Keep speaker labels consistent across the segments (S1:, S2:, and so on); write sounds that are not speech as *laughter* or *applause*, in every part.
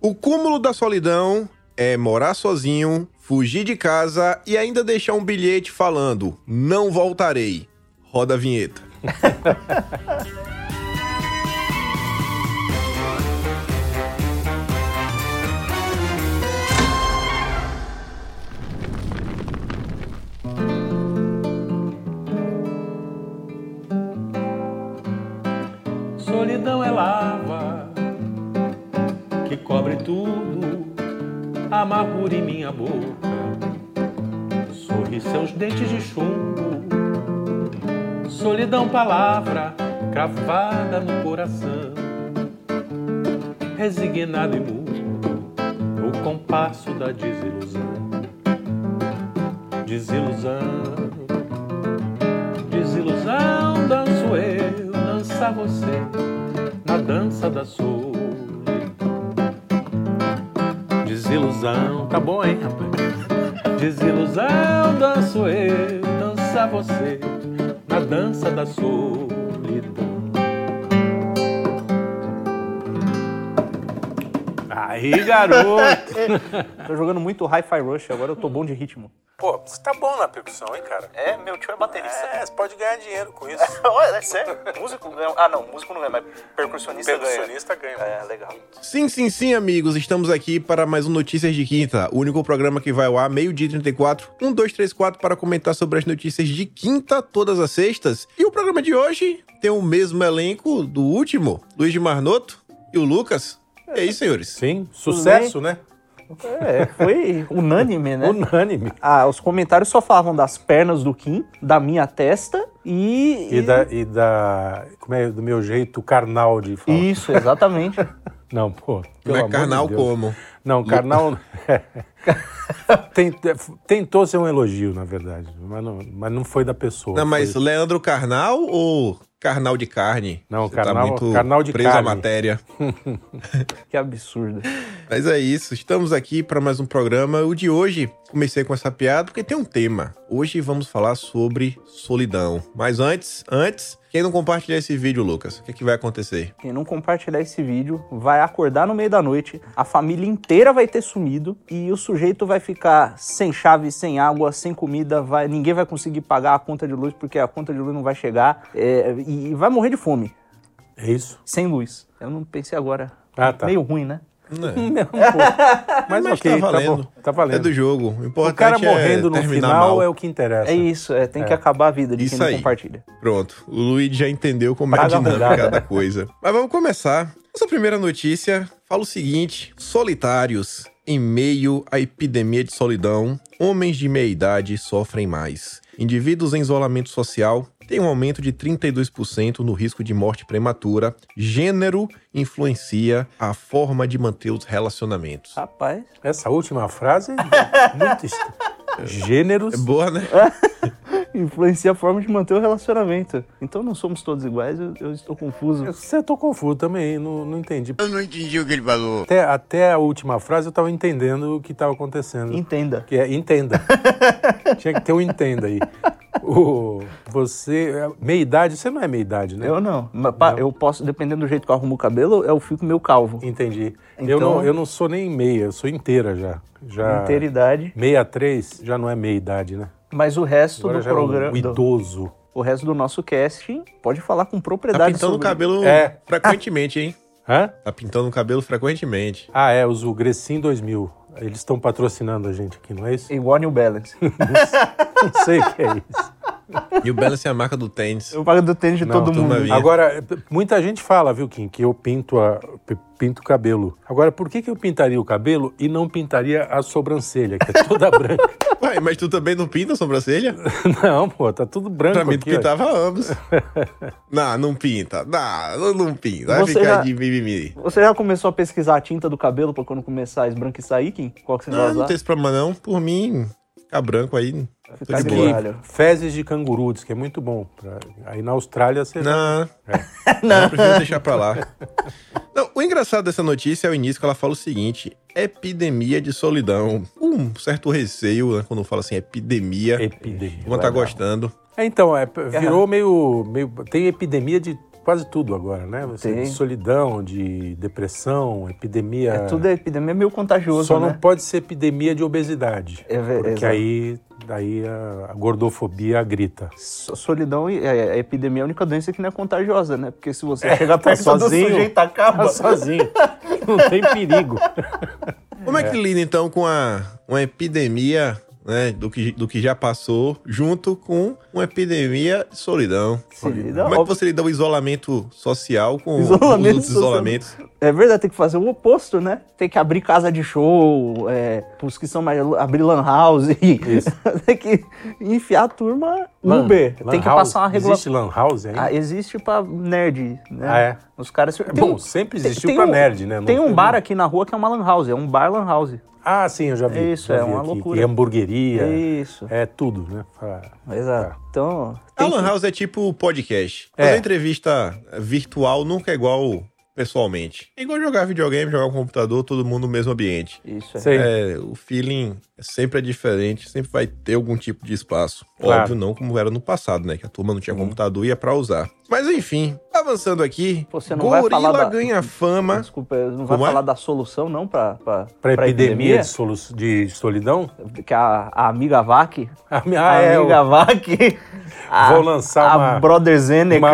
S1: O cúmulo da solidão é morar sozinho, fugir de casa e ainda deixar um bilhete falando: não voltarei. Roda a vinheta.
S2: Solidão é lava que cobre tudo, amargura em minha boca, sorri seus dentes de chumbo. Solidão, palavra cravada no coração, resignado e mudo, o compasso da desilusão. Desilusão, desilusão, danço eu, dança você, na dança da solidão. Desilusão, tá bom, hein, rapaz? Desilusão, danço eu, dança você, na dança da solidão. Aí, garoto!
S3: *laughs* Tô jogando muito Hi-Fi Rush, agora eu tô bom de ritmo.
S4: Pô, você tá bom na percussão, hein, cara?
S5: É, meu tio é baterista.
S4: É, você pode ganhar dinheiro
S5: *laughs*
S4: com isso.
S5: Olha, é sério. Músico ganha. Ah, não, músico não ganha, mas percussionista,
S4: Percussionista ganha.
S5: ganha. É, legal.
S1: Sim, sim, sim, amigos, estamos aqui para mais um Notícias de Quinta, o único programa que vai ao ar meio-dia e um, 34, 1, 2, 3, 4, para comentar sobre as notícias de quinta todas as sextas. E o programa de hoje tem o mesmo elenco do último, Luiz de Marnoto e o Lucas. É isso, senhores.
S4: Sim, sucesso, né?
S3: É, foi unânime, né?
S4: Unânime.
S3: Ah, os comentários só falavam das pernas do Kim, da minha testa e.
S4: E da, e da. Como é? Do meu jeito carnal de falar.
S3: Isso, exatamente.
S4: Não, pô.
S1: Não
S4: pelo
S1: é
S4: amor de
S1: carnal
S4: Deus.
S1: como? *laughs*
S4: Não, carnal. *laughs* Tent- Tentou ser um elogio, na verdade. Mas não, mas não foi da pessoa.
S1: Não, mas
S4: Foi-
S1: Leandro Carnal ou Carnal de Carne?
S4: Não,
S1: Você tá
S4: Carnal- Carnal de
S1: preso
S4: Carne.
S1: à matéria.
S3: que absurdo.
S1: Mas é isso, estamos aqui para mais um programa. O de hoje, comecei com essa piada porque tem um tema. Hoje vamos falar sobre solidão. Mas antes, antes, quem não compartilhar esse vídeo, Lucas, o que, é que vai acontecer?
S3: Quem não compartilhar esse vídeo vai acordar no meio da noite, a família inteira vai ter sumido e o sujeito vai ficar sem chave, sem água, sem comida, vai, ninguém vai conseguir pagar a conta de luz porque a conta de luz não vai chegar é, e vai morrer de fome,
S4: É isso?
S3: sem luz. Eu não pensei agora.
S4: Ah, tá.
S3: Meio ruim, né?
S1: Não,
S4: *laughs*
S3: *laughs*
S4: Não, pô. Mas,
S1: Mas
S4: ok,
S1: tá
S4: tá,
S1: valendo.
S4: bom, tá valendo.
S1: é do jogo. O
S4: o
S1: importante
S4: cara
S1: é
S4: morrendo no
S1: terminar
S4: final
S1: mal.
S4: é o que interessa.
S3: É isso, é, tem que acabar a vida de
S1: Isso
S3: quem
S1: aí.
S3: não compartilha.
S1: Pronto, o Luigi já entendeu como é a
S4: Cada
S1: dinâmica
S4: rodada.
S1: da coisa. Mas vamos começar. Nossa primeira notícia fala o seguinte: solitários, em meio à epidemia de solidão, homens de meia idade sofrem mais. Indivíduos em isolamento social têm um aumento de 32% no risco de morte prematura. Gênero influencia a forma de manter os relacionamentos.
S3: Rapaz,
S4: Essa última frase *laughs* é muito est... Gêneros.
S1: É boa, né?
S3: influencia a forma de manter o relacionamento. Então não somos todos iguais, eu, eu estou confuso.
S4: Eu sei, eu tô confuso também, não, não entendi.
S6: Eu não entendi o que ele falou.
S4: Até, até a última frase eu tava entendendo o que tava acontecendo.
S3: Entenda.
S4: Que
S3: *laughs*
S4: é entenda. Tinha que ter um entenda aí. O, você. Meia idade, você não é meia idade, né?
S3: Eu não. Mas, pá, Eu posso, dependendo do jeito que eu arrumo o cabelo, eu fico meio calvo.
S4: Entendi.
S3: Então-
S4: Eu, não, eu não sou nem meia, eu sou inteira já. já
S3: Inteiridade.
S4: Meia três já não é meia idade, né?
S3: Mas o resto
S4: Agora
S3: do
S4: já é um
S3: programa. do-
S4: idoso.
S3: o resto do nosso casting pode falar com
S1: Tá
S3: propriedade.
S1: pintando o
S3: sobre-
S1: cabelo
S4: É.
S1: frequentemente, hein?
S4: Hã?
S1: Tá pintando o cabelo frequentemente.
S4: Ah, é, os o Grecin 2000. Eles estão patrocinando a gente aqui, não
S3: *laughs*
S4: é isso?
S3: Igual a New
S4: *laughs*
S3: Balance.
S4: Não sei o que é isso.
S1: E o Balance é a marca do tênis.
S3: Eu pago do tênis de
S4: Não,
S3: todo
S1: tudo na
S3: mundo.
S1: vida.
S4: Agora, p- muita gente fala, viu, Kim, que eu pinto a p- pinto o cabelo. Agora, por que, que eu pintaria o cabelo e não pintaria a sobrancelha, que é toda *laughs* branca?
S1: Ué, mas tu também não pinta a sobrancelha?
S4: não, pô, tá tudo branco
S1: Pra mim, tu
S4: aqui, ó.
S1: pintava ambos. não, não pinta. Não, não pinta. Vai
S3: Você
S1: ficar
S3: já-
S1: de mimimi.
S3: Você já começou a pesquisar a tinta do cabelo pra quando começar a esbranquiçar aí, Kim? Qual que você vai
S1: Não,
S3: usar?
S1: não tem esse problema, não. Por mim, ficar branco aí. Tô
S3: Ficar
S1: é de
S4: Diz
S1: boa.
S3: grelha.
S4: que
S3: Caralho.
S4: fezes de canguru, diz que é muito bom. pra- Aí na Austrália você...
S1: Não. É. Não, eu prefiro deixar pra lá. Não, o engraçado dessa notícia é o início que ela fala o seguinte: epidemia de solidão. Um certo receio, né? Quando fala assim, epidemia.
S4: é Epidemia.
S1: Como tá gostando.
S3: É.
S4: É, então, é, p- virou meio, meio... Tem epidemia de quase tudo agora, né? Você
S3: Tem.
S4: de solidão, de depressão, epidemia.
S3: É tudo é epidemia meio contagioso,
S4: Só
S3: né?
S4: não pode ser epidemia de obesidade.
S3: É ve-
S4: porque
S3: exato.
S4: aí, aí a a gordofobia
S3: *laughs*
S4: grita.
S3: So- Solidão e é, é epidemia é a única doença que não é contagiosa, né? Porque se você chegar perto
S4: É, tá sozinho,
S3: do sujeito acaba.
S4: Tá sozinho. não tem perigo.
S1: Como é que lida então com a, uma epidemia né, do, que, do que já passou, junto com uma epidemia de solidão?
S3: Solidão.
S1: Como é que você lida o isolamento social com
S3: Isolamento
S1: os outros
S3: social.
S1: isolamentos?
S3: É verdade, tem que fazer o oposto, né? Tem que abrir casa de show, é, os que são mais. abrir Lan House. *laughs* tem que enfiar a turma
S4: Lan-
S3: Uber.
S4: lan
S3: *laughs* tem que
S4: house?
S3: passar uma
S4: Existe
S3: regulação.
S4: lan house ainda?
S3: Ah, existe pra nerd, né?
S4: Ah, é?
S3: Os caras.
S4: É
S3: Tem
S4: Bom,
S3: um-
S4: sempre
S3: tem-
S4: existiu
S3: tem
S4: pra
S3: um-
S4: nerd, né? Não
S3: Tem um bar aqui na rua que é uma Lan House, é um bar Lan House.
S4: Ah, sim, eu já vi.
S3: É isso,
S4: já
S3: é
S4: vi
S3: uma
S4: aqui.
S3: loucura.
S4: E hamburgueria.
S3: Isso.
S4: É tudo, né? Pra-
S3: Exato. Então.
S1: A
S3: tem
S1: Lan
S3: que-
S1: House é tipo podcast.
S4: É.
S1: Fazer entrevista virtual nunca é igual pessoalmente. É igual jogar videogame, jogar um computador, todo mundo no mesmo ambiente.
S3: Isso é.
S4: Sei.
S1: É, o feeling sempre é diferente, sempre vai ter algum tipo de espaço.
S4: Claro.
S1: Óbvio, não como era no passado, né? Que a turma não tinha computador e ia pra usar. Mas enfim, avançando aqui,
S3: Você não vai falar da-
S1: ganha fama.
S3: Desculpa, não vai
S1: Como é?
S3: falar da solução, não, pra, pra,
S4: Pra,
S3: pra
S4: epidemia, De, solu- de solidão? *laughs*
S3: Que a, a amiga VAC.
S4: Ah,
S3: a
S4: é,
S3: amiga VAC. a-
S4: *laughs* Vou lançar
S3: a
S4: uma-
S3: Brother Zeneca.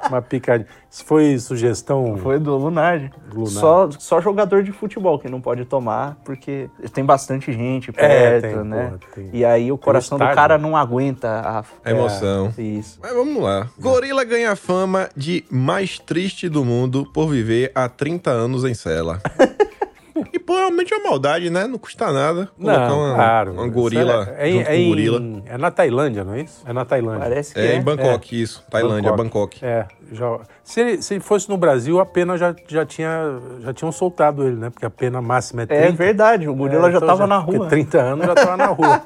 S4: é uma picadinha. Isso foi sugestão.
S3: *laughs* Foi do Lunardi.
S4: Lunardi.
S3: Só, só jogador de futebol que não pode tomar, porque tem bastante gente
S4: É,
S3: perto,
S4: tem,
S3: né?
S4: pô, tem.
S3: E aí o coração do
S4: estádio.
S3: cara não aguenta a... É,
S1: A emoção.
S3: Isso.
S1: Mas vamos lá. Gorila ganha a fama de mais triste do mundo por viver há 30 anos em cela. e pô, realmente é uma maldade, né? Não custa nada colocar uma, uma gorila
S4: Isso É,
S1: junto
S4: é,
S1: com
S4: é,
S1: um gorila.
S4: em- é na Tailândia, não é isso? É na Tailândia.
S3: Parece que
S1: É,
S3: é.
S1: em Bangkok, isso. Tailândia, Bangkok.
S4: É, já. Se ele, se ele fosse no Brasil, a pena já, já, tinha, já tinham soltado ele, né? Porque a pena máxima é 30.
S3: É verdade, o gorila já
S4: então
S3: tava na
S4: porque
S3: rua.
S4: 30 anos já tava na
S3: *laughs*
S4: rua.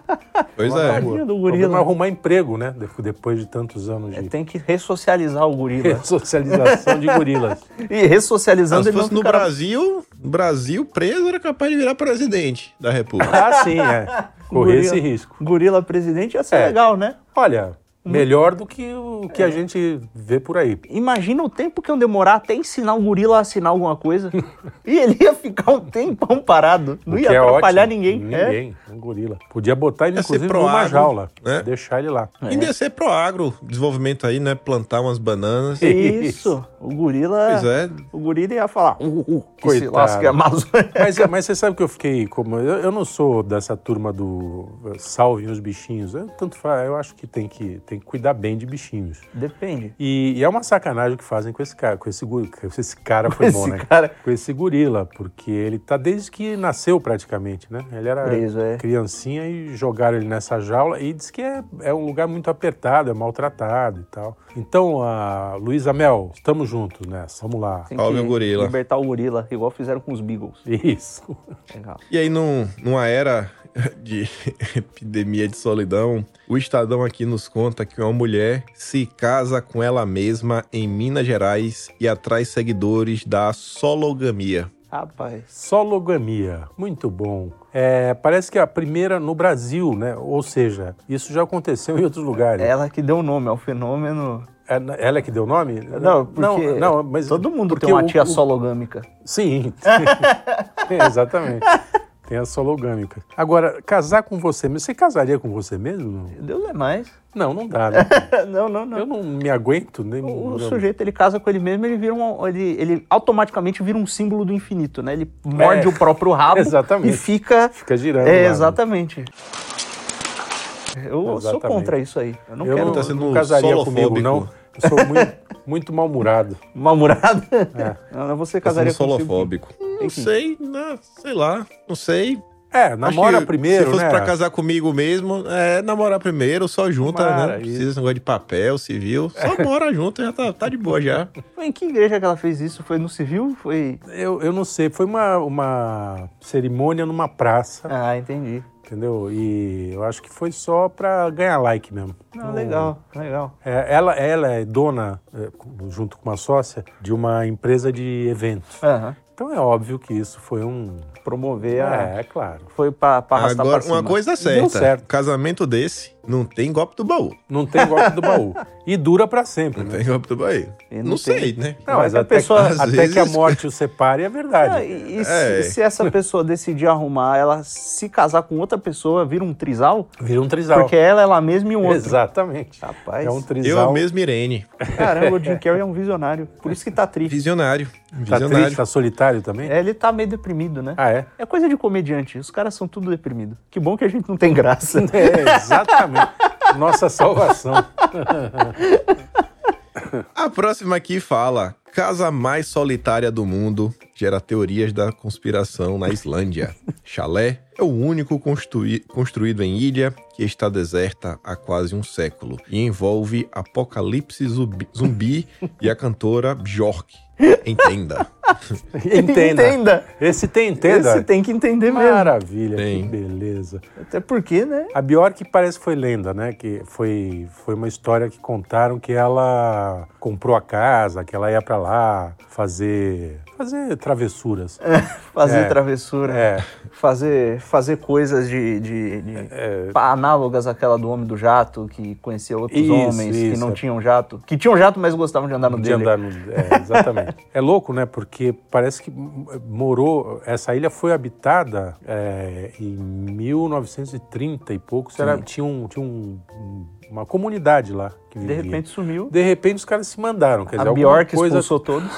S1: Pois
S4: Tava na
S1: é.
S4: rua.
S3: Tadinho do
S4: O
S3: gorila.
S4: problema é arrumar emprego, né? De- Depois de tantos anos
S3: É,
S4: de
S3: Tem que ressocializar o gorila.
S4: *laughs* socialização de gorilas.
S3: e
S1: Ah,
S3: ressocializando
S1: se
S3: ele não
S1: fosse no
S3: ficará-
S1: Brasil, Brasil preso era capaz de virar presidente da República.
S4: Ah, sim,
S3: *laughs*
S4: é. Correr
S3: Gorila-
S4: esse risco.
S3: Gorila presidente ia ser
S4: É.
S3: legal, né?
S4: Olha, melhor do que o que a gente vê por aí.
S3: Imagina o tempo que iam demorar até ensinar o gorila a assinar alguma
S4: *laughs*
S3: coisa. e ele ia ficar um tempão parado. Não
S4: O
S3: ia
S4: que é
S3: atrapalhar
S4: ótimo.
S3: ninguém. É.
S4: Ninguém, um gorila. Podia botar ele,
S1: Ia ser
S4: inclusive,
S1: pro
S4: numa
S1: agro,
S4: jaula.
S1: né?
S4: Deixar ele lá.
S3: É.
S1: E descer pro agro, desenvolvimento aí, né? Plantar umas bananas.
S3: Isso. O gorila.
S1: Pois é.
S3: O gorila ia falar. Uh, uh, que se
S4: Coitado.
S3: lasque a Amazônia. *laughs*
S4: Mas, é, mas você sabe que eu fiquei como. Eu, eu não sou dessa turma do eh, salvem os bichinhos. Eu, tanto faz, eu acho que tem, que tem que cuidar bem de bichinhos.
S3: Depende.
S4: E, e é uma sacanagem que fazem com esse cara, com esse, guri- com esse cara foi
S3: Esse
S4: bom, né?
S3: cara.
S4: Com esse gorila, porque ele tá desde que nasceu praticamente, né? Ele era
S3: Preso, é.
S4: criancinha e jogaram ele nessa jaula e diz que é, é um lugar muito apertado, é maltratado e tal. Então, a Luísa Mel, estamos juntos nessa, vamos lá.
S3: Tem
S1: Salve
S3: que
S1: o gorila.
S3: Libertar o gorila, igual fizeram com os Beagles.
S4: Isso.
S3: Legal.
S1: E aí, num- numa era de *laughs* epidemia de solidão, o Estadão aqui nos conta que uma mulher se casa com ela mesma em Minas Gerais e atrai seguidores da sologamia. Tá
S3: Rapaz.
S4: Sologamia, muito bom. É, parece que é a primeira no Brasil, né? Ou seja, isso já aconteceu em outros lugares.
S3: Ela que deu o nome ao fenômeno.
S4: É, Ela é que deu o nome?
S3: Não, porque
S4: não, mas
S3: todo mundo
S4: porque
S3: tem uma
S4: o-
S3: tia
S4: o-
S3: sologâmica. *laughs*
S4: Sim. É, exatamente. Tem a sologâmica. Agora, casar com você mesmo. Você casaria com você mesmo?
S3: Deus é mais. *laughs*
S4: Não, não dá, né?
S3: não, não, não.
S4: Eu não me aguento nem.
S3: O,
S4: não-
S3: o sujeito, ele casa com ele mesmo, ele vira um, ele, ele automaticamente vira um símbolo do infinito, né? Ele morde
S4: É,
S3: o
S4: *laughs*
S3: próprio rabo
S4: exatamente.
S3: e fica...
S4: Fica girando lá,
S3: É,
S4: né?
S3: exatamente. Eu sou
S4: Exatamente.
S3: contra isso aí. Eu não
S4: Eu
S3: quero
S4: não,
S1: tá
S3: *laughs*
S1: sendo
S4: não casaria comigo,
S1: solofóbico.
S4: não. Eu sou muito, muito mal-humurado.
S3: uma murada.
S4: É.
S3: *laughs* Não, não, você
S1: Casaria
S3: casaria com um
S1: solofóbico. Não sei, né? sei lá, não sei.
S4: É,
S1: Acho
S4: namora
S1: que
S4: primeiro.
S1: Se fosse
S4: né?
S1: pra casar comigo mesmo, é namorar primeiro, só junta,
S4: Tomara,
S1: né? Não precisa
S4: isso.
S1: esse negócio de papel, civil.
S4: *laughs*
S1: Só mora junto, já tá, tá de boa já.
S3: Em que igreja que ela fez isso? Foi no civil? Foi...
S4: Eu, eu não sei, foi uma, uma cerimônia numa praça,
S3: Ah, entendi.
S4: entendeu? E eu acho que foi só pra ganhar like mesmo.
S3: Não, Ah, legal, legal.
S4: É, ela, ela é dona, é, junto com uma sócia, de uma empresa de eventos.
S3: Aham.
S4: Então é óbvio que isso foi um.
S3: Promover a...
S4: É, é claro.
S3: Foi pra, pra arrastar
S4: Ah,
S1: Agora,
S3: pra cima.
S1: uma coisa é
S4: Deu
S1: certa.
S4: certo.
S1: Casamento desse Não tem golpe do baú.
S4: Não tem golpe do baú. E dura pra sempre,
S1: Não
S4: né?
S1: tem golpe do baú.
S3: E
S1: Não,
S3: não
S1: sei, né?
S4: Não,
S3: Vai
S4: mas
S3: que a
S4: até,
S3: pessoa-
S4: até
S1: às vezes-
S4: que a morte o separe é
S3: Ah,
S4: verdade.
S3: e e se,
S1: É.
S3: se essa pessoa decidir arrumar, ela se casar com outra pessoa, vira um trisal?
S4: Vira um trisal.
S3: Porque ela, ela mesma e um outro.
S4: Exatamente.
S3: Rapaz,
S4: É um
S1: Eu
S4: *laughs* trisal.
S1: a mesma Irene.
S3: caramba, o Jim Carrey é um visionário. Por isso que tá triste.
S1: Visionário.
S4: Tá triste,
S1: Visionário.
S4: tá solitário também?
S3: É, ele tá meio deprimido, né?
S4: Ah, é?
S3: É coisa de comediante, os caras são tudo deprimido. Que bom que a gente não tem
S4: *laughs*
S3: graça.
S4: É, exatamente. Nossa salvação.
S1: A próxima aqui fala: Casa mais solitária do mundo gera teorias da conspiração na
S4: *laughs*
S1: Islândia. Chalé é o único construí- construído em ilha que está deserta há quase um século e envolve apocalipse zumbi, zumbi e a cantora Bjork.
S4: *laughs*
S1: Entenda.
S4: Entenda.
S3: Entenda.
S4: Esse tem entenda.
S3: Esse tem que entender mesmo.
S4: Maravilha,
S1: Tem.
S4: que beleza.
S3: Até porque, né?
S4: A Bjork parece que foi lenda, né? Que foi, foi uma história que contaram que ela comprou a casa, que ela ia pra lá fazer fazer travessuras.
S3: Fazer
S4: É.
S3: travessura,
S4: É.
S3: fazer, fazer coisas de, de- de-
S4: É.
S3: pa- análogas àquela do homem do jato, que conhecia outros
S4: Isso,
S3: homens que
S4: isso,
S3: não
S4: é.
S3: tinham jato. Que tinham jato, mas gostavam de andar no
S4: De
S3: dele.
S4: andar no...
S3: *laughs*
S4: É, exatamente. é louco, né? Porque parece que m- morou... Essa ilha foi habitada é, em 1930 e poucos. Era, tinha um, tinha um- uma comunidade lá que
S3: De
S4: vivia.
S3: repente sumiu.
S4: De repente os caras se mandaram. Quer dizer,
S3: a
S4: alguma
S3: Bjork
S4: coisa...
S3: expulsou
S4: *laughs*
S3: todos.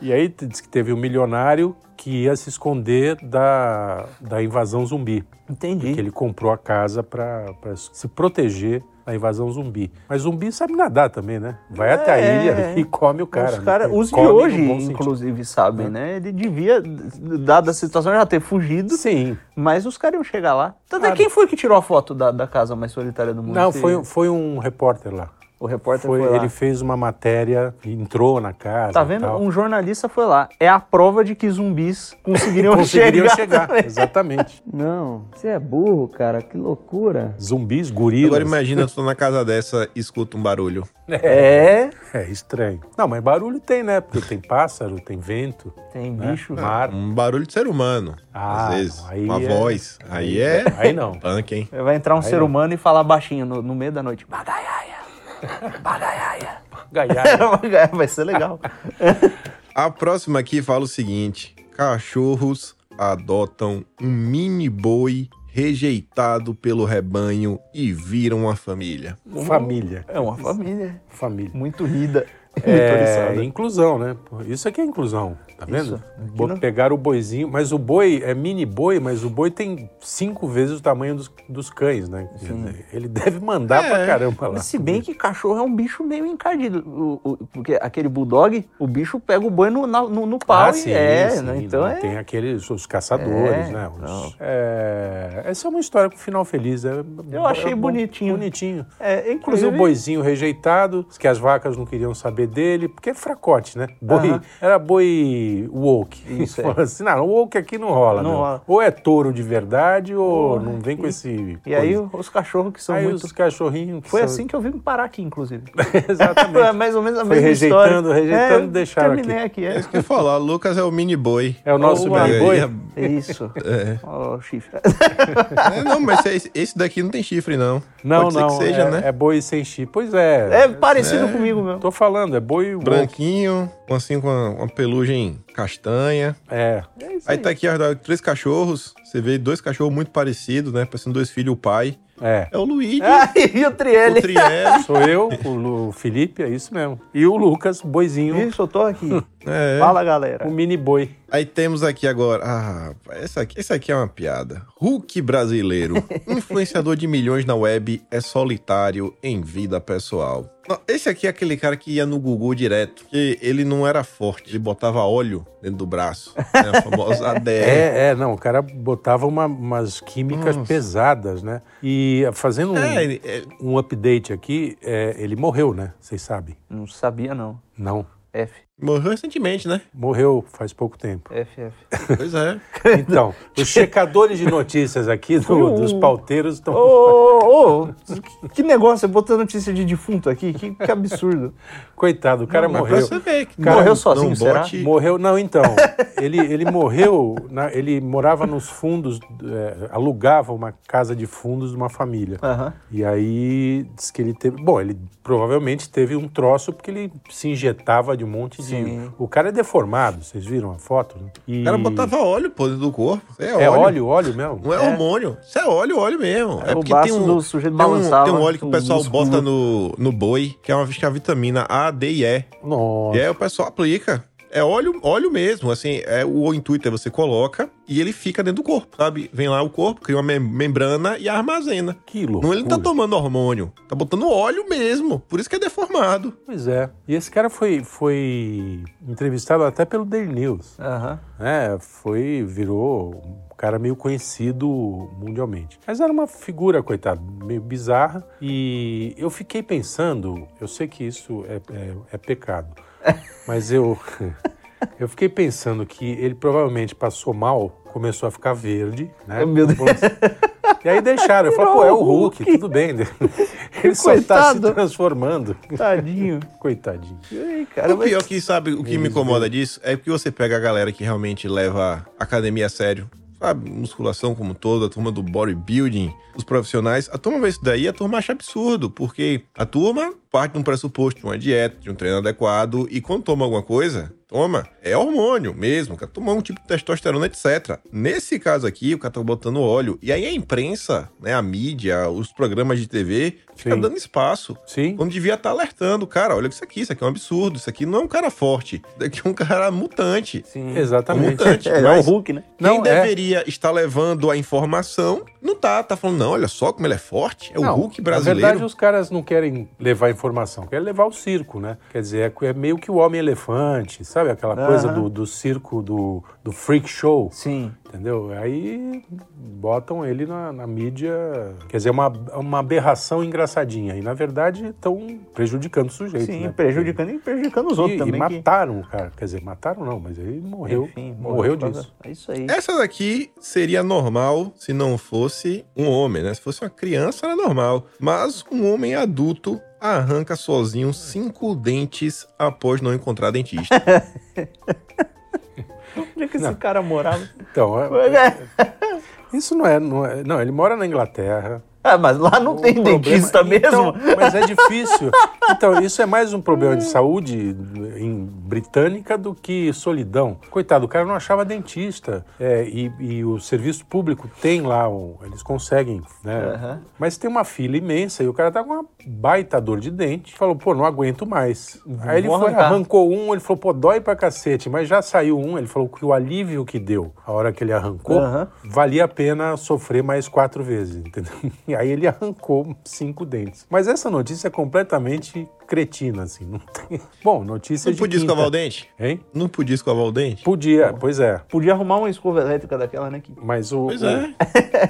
S4: E aí t- diz que teve um milionário que ia se esconder da, da invasão zumbi.
S3: Entendi.
S4: Porque ele comprou a casa para se proteger da invasão zumbi. Mas zumbi sabe nadar também, né? Vai até a
S3: É.
S4: ilha e come o cara.
S3: os
S4: né?
S3: caras,
S4: Ele
S3: os de
S4: come no
S3: hoje,
S4: bom sentido. É.
S3: inclusive, sabem, né? Ele devia, dada a situação, já ter fugido.
S4: Sim.
S3: Mas os caras iam chegar lá. Tanto é,
S4: Ah,
S3: quem foi que tirou a foto da, da casa mais solitária do mundo?
S4: Não,
S3: Esse-
S4: foi, foi um repórter lá.
S3: o repórter
S4: Foi-
S3: foi, lá.
S4: ele fez uma matéria, entrou na casa.
S3: Tá
S4: e
S3: vendo?
S4: tal.
S3: Um jornalista foi lá. É a prova de que zumbis
S4: *laughs*
S3: conseguiriam,
S4: Conseguiriam
S3: chegar. *laughs*
S4: chegar, exatamente.
S6: Não, você é burro, cara, que loucura.
S4: Zumbis, gorilas.
S1: Agora imagina, tu tá na casa dessa e escuta um barulho.
S3: É.
S4: É estranho. Não, mas barulho tem, né? Porque tem pássaro, tem vento,
S3: Tem
S4: né?
S3: bicho.
S4: mar.
S1: Um barulho de ser humano.
S4: Ah,
S1: às vezes.
S4: aí
S1: Uma
S4: é-
S1: voz. Aí é.
S4: Aí não.
S1: Punk, hein?
S3: Vai entrar um ser
S4: não.
S3: humano e falar baixinho no, no meio da noite.
S4: *laughs*
S3: Bagaiaia. Bagaiaia. *laughs*
S4: Gaiaia.
S3: É Vai ser legal.
S1: A próxima aqui fala o seguinte: cachorros adotam um mini boi rejeitado pelo rebanho e viram a família.
S4: um Família.
S3: É uma família.
S4: *laughs* Família.
S3: Muito rida.
S4: É, inclusão, né? Pô, Isso aqui é inclusão, tá vendo? Bo-
S3: não-
S4: Pegaram o boizinho, mas o boi é mini boi, mas o boi tem cinco vezes o tamanho dos, dos cães, né? Quer dizer, Ele deve mandar pra caramba lá.
S3: É, Mas se bem que cachorro é um bicho meio encardido. O- o- porque aquele bulldog, o bicho pega o boi no, na- no, no pau
S4: Ah,
S3: e
S4: sim,
S3: é.
S4: sim,
S3: né? Então
S4: não,
S3: é.
S4: Tem aqueles, os caçadores,
S3: É,
S4: né? Os-
S3: não.
S4: é, essa é uma história com final feliz. é-
S3: Eu achei
S4: é bom-
S3: bonitinho.
S4: Bonitinho.
S3: é
S4: Inclusive o
S3: inclusive,
S4: boizinho rejeitado, que as vacas não queriam saber dele, porque é fracote, né? Boi,
S3: Aham.
S4: Era boi woke. *laughs*
S3: Isso, é.
S4: Falaram assim, não, woke aqui não rola,
S3: Não
S4: não.
S3: rola.
S4: Ou é touro de verdade, ou não vem com esse...
S3: E aí
S4: coisa.
S3: os cachorros que são
S4: Aí
S3: muito.
S4: os cachorrinhos... que
S3: Foi
S4: são-
S3: assim que eu vim parar aqui, inclusive. É *laughs*
S4: *laughs* Exatamente.
S3: mais ou menos a
S4: Foi
S3: mesma
S4: rejeitando,
S3: história.
S4: rejeitando,
S3: eu
S4: deixaram
S3: terminei aqui.
S4: *laughs*
S1: É isso que eu ia falar, o Lucas é o mini boi.
S4: É o nosso
S1: Olha
S4: mini
S1: aí,
S4: boi?
S1: é-
S3: é. Isso. Ó, o chifre.
S1: é, não, mas esse, esse daqui não tem chifre, não.
S4: Não,
S1: Pode ser
S4: não,
S1: que seja,
S4: é,
S1: né?
S4: é boi sem chip. Pois é.
S3: É parecido comigo mesmo.
S4: Tô falando, é boi woke.
S1: Branquinho, assim com uma, uma pelugem castanha.
S4: É.
S1: Aí tá aqui ó, três cachorros. Você vê dois cachorros muito parecidos, né? Parecendo dois filhos, o pai.
S4: É.
S1: É o Luigi,
S3: *laughs* Ah, e o
S1: o
S3: Trielli.
S1: Trielli.
S4: Sou eu, o Lu- o Felipe, é isso mesmo. E o Lucas, boizinho,
S3: Isso, eu tô
S4: *laughs*
S3: aqui.
S1: É.
S3: Fala, galera.
S4: o mini boi.
S1: Aí temos aqui agora. Ah, essa aqui, essa aqui é uma piada. Hulk brasileiro, influenciador de milhões na web, é solitário em vida pessoal. Não, Esse aqui é aquele cara que ia no Google direto, que ele não era forte, ele botava óleo dentro do braço. Né, a famosa ADR.
S4: É, é, não, o cara botava uma- umas químicas pesadas, né? E fazendo um,
S1: É, ele- é,
S4: um update aqui, é, ele morreu, né? Vocês sabem?
S3: Não sabia, não.
S4: Não.
S3: F.
S1: Morreu recentemente, né?
S4: Morreu faz
S1: *laughs*
S4: pouco tempo.
S6: FF.
S1: Pois é.
S4: Então, os checadores de notícias aqui do-
S1: *laughs*
S4: dos pauteiros estão.
S3: Ô,
S1: Oh.
S3: ô, ô, que negócio, você botou notícia de defunto aqui? Que, que absurdo.
S4: Coitado, o cara
S1: Mas pra
S4: morreu.
S1: você ver que
S3: Morreu
S1: não-
S3: sozinho,
S1: não
S3: será?
S1: bote-
S4: Morreu,
S1: *laughs*
S4: não, então. Ele, ele morreu, na- ele morava nos fundos, é, alugava uma casa de fundos de uma família.
S3: Aham.
S4: E aí diz que ele teve. Bom, ele provavelmente teve um troço porque ele se injetava de um monte de.
S3: Sim.
S4: O cara é deformado, vocês viram a foto? Né? E-
S1: O cara botava óleo, pô, dentro do corpo. É,
S4: É
S1: óleo.
S4: óleo, óleo mesmo?
S1: Não é, hormônio. Isso é óleo, óleo mesmo. É,
S3: o
S1: porque tem
S3: baço
S1: um,
S3: do sujeito
S1: tem, um,
S3: balançava
S1: tem um óleo que o
S3: o
S1: pessoal
S3: músculo.
S1: bota no, no boi, que é uma acho que é a vitamina A, D e E.
S4: Nossa.
S1: E aí o pessoal aplica. É óleo, óleo mesmo, assim, é o intuito é você coloca e ele fica dentro do corpo, sabe? Vem lá o corpo, cria uma mem- membrana e armazena.
S4: Que loucura.
S1: Não, ele não tá tomando hormônio, tá botando óleo mesmo, por isso que é deformado.
S4: Pois é. E esse cara foi, foi entrevistado até pelo Daily News.
S3: Aham.
S4: né? Foi, virou um cara meio conhecido mundialmente. Mas era uma figura, coitado, meio bizarra. E eu fiquei pensando, eu sei que isso é, é- é pecado, mas eu, eu fiquei pensando que ele provavelmente passou mal, começou a ficar verde, né?
S3: Meu Deus.
S4: E aí deixaram. Eu falei, pô, é o Hulk, tudo bem. né? Ele só está se
S3: Coitado.
S4: transformando.
S3: Tadinho.
S4: Coitadinho.
S3: Ei, cara,
S1: o
S3: mas-
S1: pior que, sabe, o que me incomoda disso é porque você pega a galera que realmente leva a academia a sério. Sabe, musculação como toda, a turma do bodybuilding, os profissionais. A turma vê isso daí, a turma acha absurdo, porque a turma parte de um pressuposto, de uma dieta, de um treino adequado, e quando toma alguma coisa, toma, é hormônio mesmo, cara. Tomar um tipo de testosterona, etc. Nesse caso aqui, o cara tá botando óleo. E aí a imprensa, né, a mídia, os programas de TV, fica
S4: Sim.
S1: dando espaço.
S4: Sim.
S1: Quando Então devia estar alertando, cara, olha isso aqui, isso aqui é um absurdo, isso aqui não é um cara forte, isso aqui é um cara mutante. Um
S4: Exatamente.
S1: mutante.
S3: É, é o
S1: mas
S3: Hulk, né?
S1: quem
S4: Não, é.
S1: deveria estar levando a informação não tá, tá falando, não, olha só como ele é forte, é o Hulk brasileiro.
S4: Na verdade, os caras não querem levar informação, querem levar o circo, né? Quer dizer, é, é meio que o homem-elefante, sabe? Aquela coisa
S3: Aham.
S4: do, do circo, do, do freak show,
S3: Sim.
S4: entendeu? Aí botam ele na, na mídia, quer dizer, é uma, uma aberração engraçadinha. E, na verdade, estão prejudicando o sujeito,
S3: Sim,
S4: né?
S3: prejudicando e prejudicando os
S4: E,
S3: outros
S4: e
S3: também. que-
S4: mataram o cara. Quer dizer, mataram não, mas ele morreu.
S3: Enfim,
S4: morreu
S3: por causa-
S4: disso.
S3: É isso aí.
S1: Essa daqui seria normal se não fosse um homem, né? Se fosse uma criança, era normal. Mas um homem adulto arranca sozinho cinco dentes após não encontrar
S4: *laughs*
S1: dentista.
S3: Onde é que esse cara morava?
S4: Então, é- isso não é, não é. Não, ele mora na Inglaterra.
S3: Ah, mas lá não tem
S4: problema-
S3: dentista
S4: Então,
S3: mesmo?
S4: mas é difícil. Então, isso é mais um problema de saúde em britânica do que solidão. Coitado, o cara não achava dentista. É, e, e o serviço público tem lá, um- eles conseguem, né?
S3: Aham.
S4: Mas tem uma fila imensa e o cara tá com uma baita dor de dente. Falou, pô, não aguento mais. Aí ele
S3: Vou
S4: foi,
S3: arrancar.
S4: arrancou um, ele falou, pô, dói pra cacete. Mas já saiu um, ele falou que o alívio que deu a hora que ele arrancou,
S3: Aham.
S4: valia a pena sofrer mais quatro vezes, entendeu? *laughs* E aí ele arrancou cinco dentes. Mas essa notícia é completamente cretina, assim. Não tem... Bom, notícia
S1: não
S4: de
S1: podia
S4: quinta.
S1: escovar o dente?
S4: Hein?
S1: Não podia escovar o dente?
S4: Podia, pois é.
S3: Podia arrumar uma escova elétrica daquela, né? Que *laughs*
S4: Mas o...
S1: Pois
S4: o-
S1: é.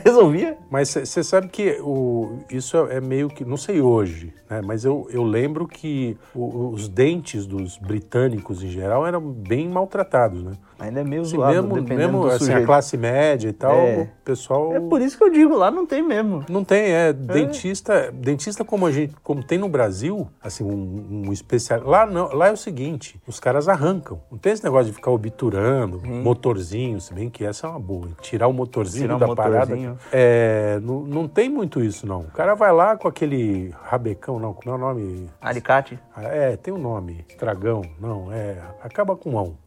S3: resolvia.
S4: Mas você sabe que o, isso é é meio que. Não sei hoje, né? Mas eu, eu lembro que o- os dentes dos britânicos em geral eram bem maltratados, né?
S3: Ainda é meio
S4: Assim,
S3: zoado,
S4: mesmo
S3: dependendo
S4: mesmo
S3: do
S4: assim, a
S3: sujeito.
S4: classe média e tal,
S3: É.
S4: o pessoal.
S3: É por isso que eu digo, lá não tem mesmo.
S4: Não tem, é, dentista, dentista como a gente, como tem no Brasil, assim, um, um especial. Lá não, lá é o seguinte, os caras arrancam. Não tem esse negócio de ficar obturando, motorzinho, se bem que essa é uma boa. Tirar o motorzinho
S3: Uhum. Tirar o
S4: da
S3: motorzinho.
S4: parada. É, não, não tem muito isso não. O cara vai lá com aquele rabecão, não, como é o nome?
S3: Alicate.
S4: *laughs* Ah, É, tem um nome, dragão, não, é, acaba com
S3: *laughs*
S4: mão.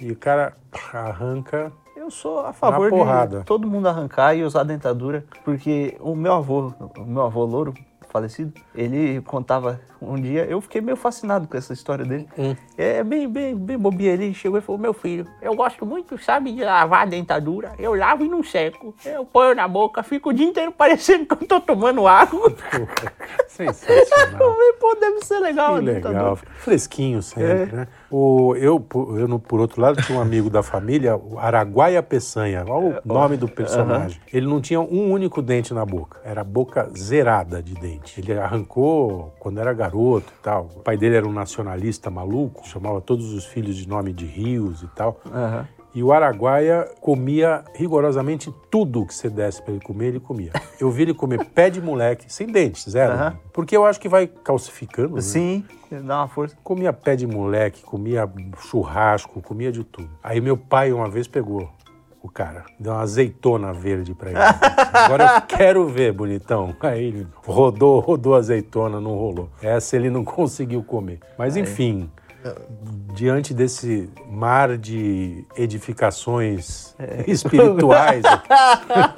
S4: e o cara arranca
S3: Eu sou a
S4: Na
S3: favor
S4: porrada.
S3: de todo mundo arrancar e usar dentadura, porque o meu avô, o meu avô louro, falecido, ele contava um dia, eu fiquei meio fascinado com essa história dele.
S4: Hum.
S3: É bem, bem, bem bobinha. Ele chegou e falou: Meu filho, eu gosto muito, sabe, de lavar a dentadura. Eu lavo e não seco. Eu ponho na boca, fico o dia inteiro parecendo que eu tô tomando água. *laughs*
S4: sensacional.
S3: Falei, Pô, deve ser legal
S4: Que
S3: a
S4: legal,
S3: dentadura.
S4: fica fresquinho sempre, né? O, eu, por- eu, no- por outro lado, tinha um amigo da família, o Araguaia Peçanha, olha o nome do personagem. Ele não tinha um único dente na boca, era a boca zerada de dente.
S7: Exatamente.
S4: Ele arrancou quando era garoto e tal. O pai dele era um nacionalista maluco, chamava todos os filhos de nome de rios e tal.
S3: Aham.
S4: E o Araguaia comia rigorosamente tudo que você desse pra ele comer, ele comia. Eu vi ele comer pé de moleque, sem dente, zero.
S3: Aham.
S4: Porque eu acho que vai calcificando. né?
S3: Sim, dá uma força.
S4: Comia pé de moleque, comia churrasco, comia de tudo. Aí meu pai uma vez pegou o cara, deu uma azeitona verde
S1: *laughs*
S4: pra ele. Agora eu quero ver, bonitão. Aí ele rodou, rodou a azeitona, não rolou. Essa ele não *laughs* conseguiu comer. Mas enfim, diante desse mar de edificações
S1: É.
S4: espirituais,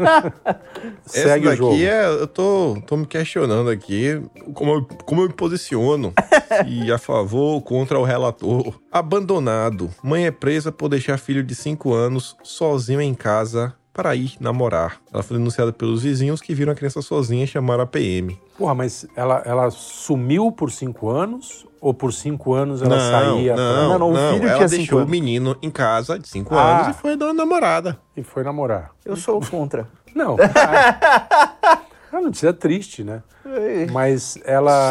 S1: *laughs* Essa
S4: segue o
S1: daqui
S4: jogo.
S1: é. Eu tô, tô me questionando aqui como eu, como eu me posiciono.
S3: *laughs*
S1: se a favor ou contra o relator. Abandonado. Mãe é presa por deixar filho de 5 anos sozinho em casa para ir namorar. Ela foi denunciada pelos vizinhos que viram a criança sozinha e chamaram a PM.
S4: Porra, mas ela, ela sumiu por cinco anos? Ou por cinco anos ela saía? pra-
S1: não,
S3: Não, não, o filho
S1: ela
S3: tinha cinco
S1: deixou o
S3: anos.
S1: menino em casa de 5
S4: Ah.
S1: anos e foi dar uma namorada.
S4: E foi namorar.
S3: Eu sou
S4: *laughs*
S3: contra.
S4: Não. ah, ela não precisa triste, né? Mas ela.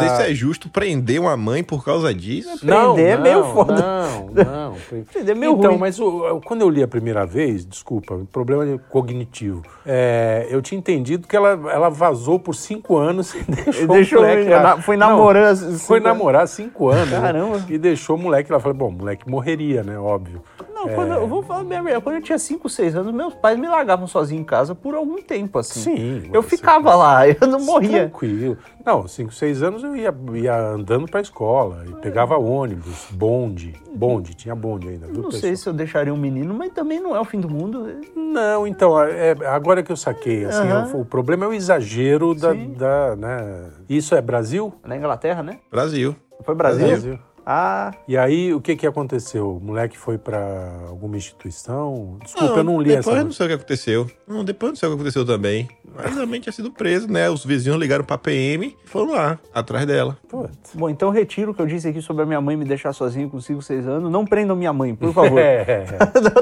S1: Não sei
S3: Ah.
S1: se é justo prender uma mãe por causa disso.
S4: não,
S3: Prender é
S4: não,
S3: meio foda.
S4: Não, não.
S3: Prender é meio
S4: então,
S3: ruim.
S4: mas o- eu- quando eu li a primeira vez, desculpa, problema de- cognitivo. é, eu tinha entendido que ela, ela vazou por cinco anos e *laughs* deixou,
S3: Deixou
S4: o
S3: o
S4: moleque
S3: menino,
S4: lá.
S3: na- foi
S4: Não,
S3: namorar as- cinco
S4: foi
S3: anos.
S4: namorar cinco anos. né?
S3: Caramba.
S4: E deixou o moleque lá. Eu Falei, bom, o moleque morreria, né? Óbvio.
S3: Não, quando eu, eu vou falar bem a verdade. Quando eu tinha 5, 6 anos, meus pais me largavam sozinho em casa por algum tempo, assim.
S4: Sim,
S3: Eu
S4: você-
S3: ficava lá, *laughs* eu não morria.
S4: Tranquilo. Não, 5, 6 anos eu ia, ia andando pra escola, e pegava ônibus, bonde, bonde, tinha bonde ainda, viu,
S3: Não
S4: pessoal?
S3: sei se eu deixaria um menino, mas também não é o fim do mundo.
S4: Não, então, é, agora que eu saquei, assim,
S3: Aham.
S4: o, o problema é o exagero da, da, né? Isso é Brasil?
S3: Na Inglaterra, né?
S1: Brasil.
S3: Foi Brasil?
S4: Brasil.
S3: Ah,
S4: E aí, o que que aconteceu? O moleque foi pra alguma instituição? Desculpa, eu não li
S1: depois
S4: essa.
S1: eu não sei o que aconteceu. Não, depois eu não sei o que aconteceu também. Mas realmente tinha sido preso, né? Os vizinhos ligaram pra PM e foram lá, atrás dela.
S4: Putz.
S3: bom, então retiro o que eu disse aqui sobre a minha mãe me deixar sozinho com 5, 6 anos. Não prendam minha mãe, por *laughs* favor.
S4: *laughs* É,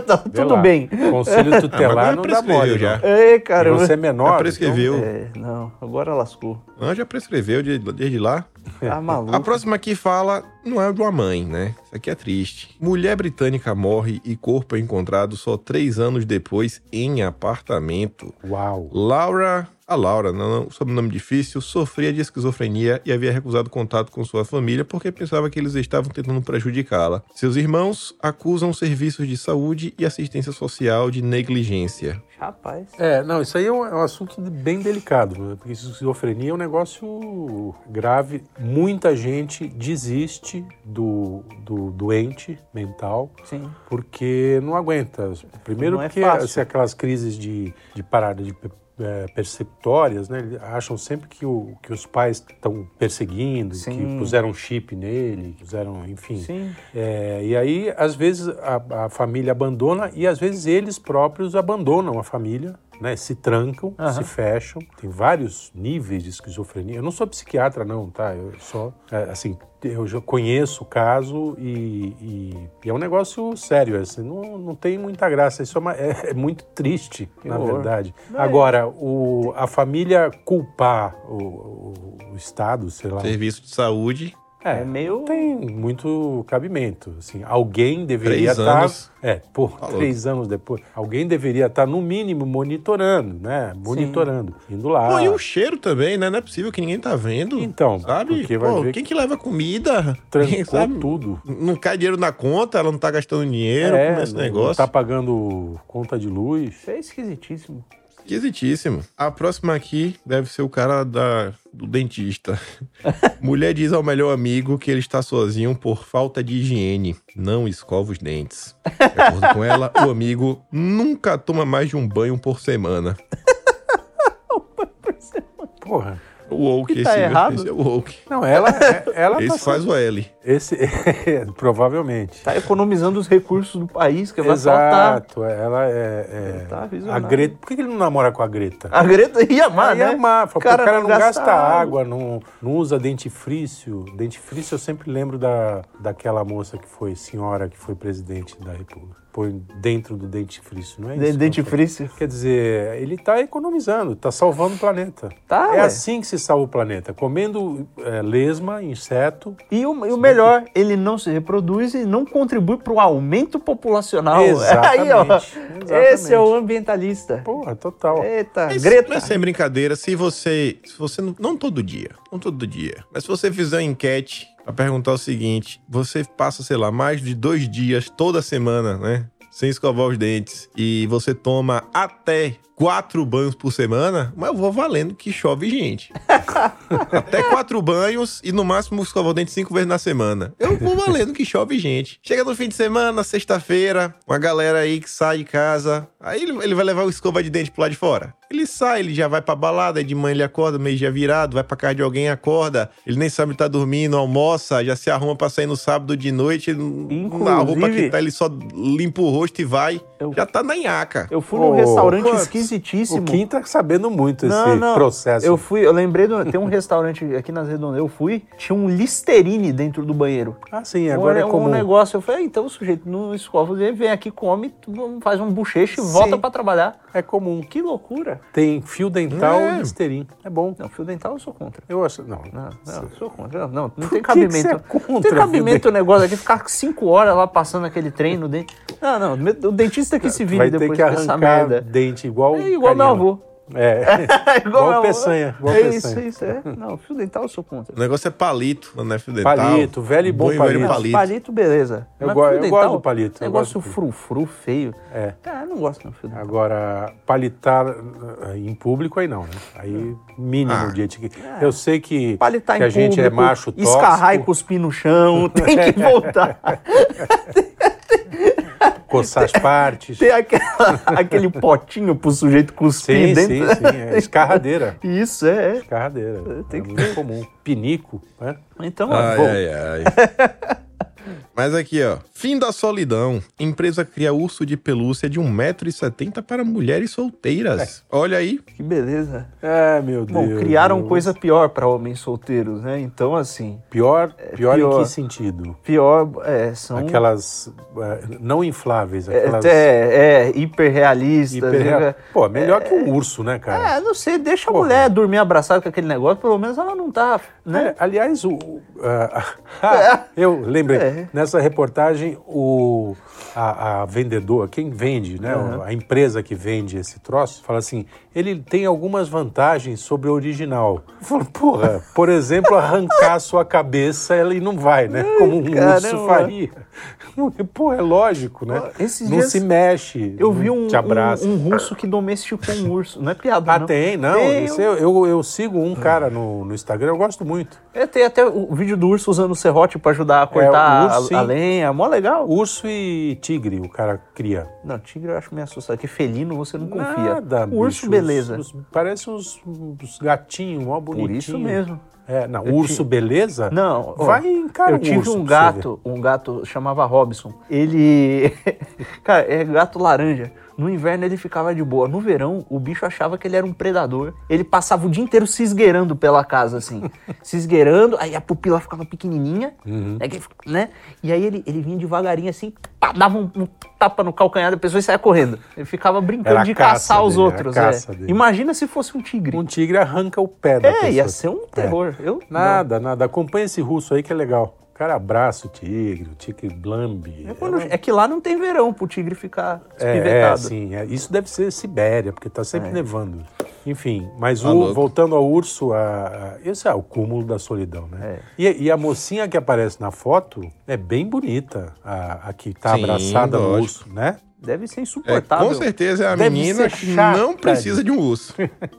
S3: Tá
S4: vê
S3: Tudo
S4: lá.
S3: bem. *laughs*
S4: Conselho
S1: Ah, mas
S4: tutelar
S1: agora
S4: não dá
S1: prescreveu
S4: mole,
S1: já.
S4: já.
S3: Ei, cara.
S4: Você
S1: Já
S4: é menor,
S1: prescreveu.
S3: É, não, agora lascou.
S1: Ah, já prescreveu de- desde lá.
S4: É.
S3: Tá maluco.
S1: A próxima aqui fala, não é de uma mãe, né? Isso aqui é triste. Mulher britânica morre e corpo é encontrado só três anos depois em apartamento.
S4: então- Uau.
S1: Laura, a Laura, não, não, sobrenome difícil, sofria de esquizofrenia e havia recusado contato com sua família porque pensava que eles estavam tentando prejudicá-la. Seus irmãos acusam serviços de saúde e assistência social de negligência.
S3: Rapaz.
S4: É, não, isso aí é um, é um assunto bem delicado, né? porque esquizofrenia é um negócio grave. Muita gente desiste do, do doente mental
S3: Sim.
S4: porque não aguenta. Primeiro
S3: Não é
S4: porque
S3: fácil.
S4: assim, aquelas crises de, de parada de pe- é, perceptórias, né? Eles acham sempre que, o, que os pais estão perseguindo,
S3: Sim.
S4: que puseram um chip nele, puseram, enfim.
S3: Sim.
S4: É, e aí, às vezes, a, a família abandona e às vezes eles próprios abandonam a família, né? Se trancam,
S3: Aham.
S4: se fecham. Tem vários níveis de esquizofrenia. Eu não sou psiquiatra, não, tá? Eu só, é, assim, eu já conheço o caso e, e- e é um negócio sério, assim, não, não tem muita graça. Isso é, uma- é- é muito triste, na
S3: horror.
S4: verdade.
S3: Não, é-
S4: Agora, o- a família culpar o, o- o Estado, sei lá,
S1: Serviço de saúde,
S3: É, meio.
S4: tem muito cabimento. Assim, alguém deveria
S1: Três
S4: estar.
S1: anos. Tá
S4: É, pô,
S1: louco.
S4: três anos depois. Alguém deveria estar, no mínimo, monitorando, né? Monitorando. Indo lá.
S1: Pô, e o cheiro também, né? Não é possível que ninguém tá vendo.
S4: Então,
S1: sabe?
S4: porque vai
S1: Pô,
S4: ver
S1: quem que leva comida? Quem
S4: trancou
S1: sabe?
S4: tudo.
S1: Não cai dinheiro na conta, ela não tá gastando dinheiro
S4: É,
S1: com esse
S4: não-
S1: negócio.
S4: Não tá pagando conta de luz.
S3: Isso é esquisitíssimo.
S1: Esquisitíssimo. A próxima aqui deve ser o cara da, do dentista. Mulher diz ao melhor amigo que ele está sozinho por falta de higiene. Não escova os dentes. De acordo com ela, o amigo nunca toma mais de um banho por semana.
S4: Porra.
S1: O woke,
S3: E tá
S1: esse,
S3: errado?
S1: esse é o woke.
S4: Não, ela. é- ela tá
S1: Esse faz o L.
S4: Esse, *laughs* é, provavelmente.
S3: Tá economizando os recursos do país que vai faltar.
S4: Exato. Ela é. é-
S3: Tá
S4: a
S3: visionário.
S4: Greta. Por que ele não namora com a Greta?
S3: A Greta ia amar,
S4: Ah,
S3: né?
S4: ia amar. Fala, pô, O cara, não gasta,
S3: água.
S4: água, não, não usa dentifrício. Dentifrício eu sempre lembro da, daquela moça que foi senhora, que foi presidente da República. põe dentro do dentifrício, não é
S3: De-
S4: isso?
S3: dentifrício.
S4: Quer dizer, ele está economizando, está salvando o planeta.
S3: Tá,
S4: é
S3: ué.
S4: assim que se salva o planeta, comendo é, lesma, inseto.
S3: E o, e o melhor, ele não se reproduz e não contribui para o aumento populacional.
S4: Exatamente,
S3: Ah, *laughs* Aí, ó,
S4: exatamente.
S3: Esse é o ambientalista.
S4: Porra, total.
S3: Eita,
S1: Mas,
S3: Greta.
S4: é-
S1: mas sem brincadeira, se você. Se você não, não todo dia, não todo dia. Mas se você fizer uma enquete pra perguntar o seguinte: você passa, sei lá, mais de dois dias toda semana, né? Sem escovar os dentes e você toma até quatro banhos por semana, mas eu vou valendo que chove gente. até quatro banhos e no máximo escovar o dente cinco vezes na semana. Eu vou valendo que chove gente. Chega no fim de semana, sexta-feira, uma galera aí que sai de casa. Aí ele, ele vai levar o escova de dente pro lado de fora. Ele sai, ele já vai pra balada, aí de manhã ele acorda, meio dia virado, vai pra casa de alguém, acorda. Ele nem sabe que tá dormindo, almoça, já se arruma pra sair no sábado de noite. Ele, não- a roupa
S3: Inclusive-
S1: que tá, ele só limpa o rosto e vai.
S3: Eu-
S1: Já tá na nhaca.
S3: Eu fui num
S4: Ô,
S3: restaurante
S4: putz,
S3: esquisitíssimo.
S4: O Kim tá sabendo muito esse processo.
S3: Eu fui, eu lembrei, do, tem um restaurante aqui nas redondezas, eu fui, tinha um Listerine dentro do banheiro.
S4: Ah, sim, agora
S3: Olha,
S4: é comum.
S3: Um negócio, eu falei, ah, então o sujeito não escova, ele vem aqui, come, tu- faz um bochecho e
S4: Sim.
S3: volta pra trabalhar.
S4: É comum.
S3: Que loucura.
S4: Tem fio dental
S1: É.
S4: e listerim. É bom.
S3: Não, fio dental eu sou contra.
S4: Eu acho. Não.
S3: Não, não, eu sou contra. Não, não, não
S4: que
S3: tem
S4: que
S3: cabimento.
S4: você é contra,
S3: não tem cabimento
S4: Fidel?
S3: o negócio aqui, ficar cinco horas lá passando aquele trem no dente. Não, não, meu- o dentista que se vire
S4: Vai ter
S3: depois
S4: que
S3: dessa
S4: arrancar
S3: merda.
S4: dente igual.
S3: É igual meu
S4: Karina.
S3: avô. *laughs*
S4: É. *laughs* Igual
S3: meu avô.
S4: Peçanha, igual
S3: é isso,
S4: Peçanha.
S3: é isso, é. Não, fio dental eu sou contra.
S1: O negócio é palito, mano, é fio dental.
S4: Palito, velho e bom
S1: Bom e velho
S4: palito.
S1: palito.
S3: beleza.
S4: Eu
S3: Mas
S4: go-
S3: fio
S4: eu
S3: dental,
S4: gosto do palito, eu
S3: Negócio
S4: gosto do
S3: frufru, feio.
S4: É.
S3: Cara, eu não gosto não, fio dental.
S4: Agora, palitar eh, em público aí não, né? Aí mínimo
S1: Ah.
S4: de etiqueta. Eu sei que,
S3: É. Palitar
S4: que
S3: em
S4: a gente é
S3: público,
S4: macho tóxico.
S3: Escarrar e cuspir no chão, *laughs* tem que voltar.
S4: *laughs* coçar as
S3: *laughs*
S4: partes.
S3: Tem aquela- aquele potinho pro sujeito
S4: Sim,
S3: cuspir
S4: sim,
S3: dentro.
S4: sim.
S3: *laughs*
S4: É escarradeira.
S3: Isso, é. é.
S4: Escarradeira.
S3: Tem
S4: é
S3: que-
S4: muito comum. Pinico, né?
S3: Então,
S1: Ai,
S3: bom,
S1: ai, ai.
S4: *laughs*
S1: Mas aqui, ó. Fim da solidão. Empresa cria urso de pelúcia de 1,70m para mulheres solteiras. Olha aí.
S3: que beleza.
S4: É, meu
S3: Bom,
S4: Deus.
S3: criaram
S4: meu.
S3: coisa pior pra homens solteiros, né? Então, assim,
S4: Pior, é pior, em
S3: pior.
S4: que sentido?
S3: pior é, são...
S4: Aquelas eh, não infláveis,
S3: é,
S4: aquelas
S3: é, é, hiperrealistas.
S4: hiperreal.
S3: né?
S4: Pô, melhor que um urso, né,
S3: É,
S4: cara?
S3: não sei, deixa a
S4: Porra.
S3: mulher dormir abraçada com aquele negócio, pelo menos ela não tá, né?
S4: É, aliás, o, o- ah, *laughs* ah, eu lembrei,
S3: É.
S4: nessa reportagem, o, a, a vendedora, quem vende, né, a empresa que vende esse troço, fala assim, ele tem algumas vantagens sobre o original. Eu falo, porra, por exemplo, arrancar a sua cabeça, ele não vai, né, como um urso
S3: caramba.
S4: faria. Pô, é lógico, né?
S3: Esses
S4: não
S3: dias
S4: se mexe,
S3: Eu vi
S4: não
S3: um,
S4: te abraça.
S3: um, um russo que domesticou um urso. Não é piada,
S4: Ah,
S3: não.
S4: tem, não.
S3: Tem,
S4: isso eu, eu, eu sigo um cara no, no Instagram, eu gosto muito.
S3: É, tem até o vídeo do urso usando o serrote pra ajudar a
S4: É,
S3: cortar
S4: o urso,
S3: a-
S4: sim.
S3: a, lenha. Mó legal.
S4: Urso e tigre, o cara cria.
S3: Não, tigre eu acho meio assustado. Que felino você não confia.
S4: Nada,
S3: O urso,
S4: bicho,
S3: beleza.
S4: os- os- parece uns, uns gatinhos, mó bonitinho.
S3: Por isso mesmo.
S4: É, não,
S3: Eu
S4: urso
S3: ti-
S4: beleza?
S3: Não, ó,
S4: Vai encarar
S3: Eu tive um gato, um gato chamava Robson. Ele. *laughs* Cara, é gato laranja. No inverno ele ficava de boa. No verão, o bicho achava que ele era um predador. Ele passava o dia inteiro se esgueirando pela casa,
S4: *laughs*
S3: assim. se esgueirando, aí a pupila ficava pequenininha,
S4: Uhum.
S3: né, que- né? E aí ele, ele vinha devagarinho, assim, pá, dava um, um tapa no calcanhar da pessoa e saía correndo. Ele ficava brincando
S4: Era a
S3: de
S4: caça
S3: caçar os
S4: dele, era a
S3: outros.
S4: caça
S3: é.
S4: dele.
S3: Imagina se fosse um tigre.
S4: Um tigre arranca o pé da
S3: é,
S4: pessoa.
S3: ia ser um terror. Eu,
S4: Nada, nada. Acompanha esse russo aí que é legal. O cara abraça o tigre, o tigre blambe.
S3: É, quando- é que lá não tem verão pro tigre ficar
S4: É, é,
S3: espivetado.
S4: sim. é. Isso deve ser Sibéria, porque tá
S1: É.
S4: sempre nevando. Enfim, mas
S1: Tá
S4: o-
S1: louco.
S4: voltando ao urso, a, a- esse é o cúmulo da solidão, né?
S1: É.
S4: E, e a mocinha que aparece na foto é bem bonita, a, a que tá
S1: Sim,
S4: abraçada no
S1: lógico.
S4: urso, né?
S3: Deve ser
S1: É,
S3: insuportável.
S1: com certeza é a
S4: Deve
S1: menina
S4: ser
S1: que
S4: chata,
S1: não precisa de um
S4: *laughs*
S1: urso.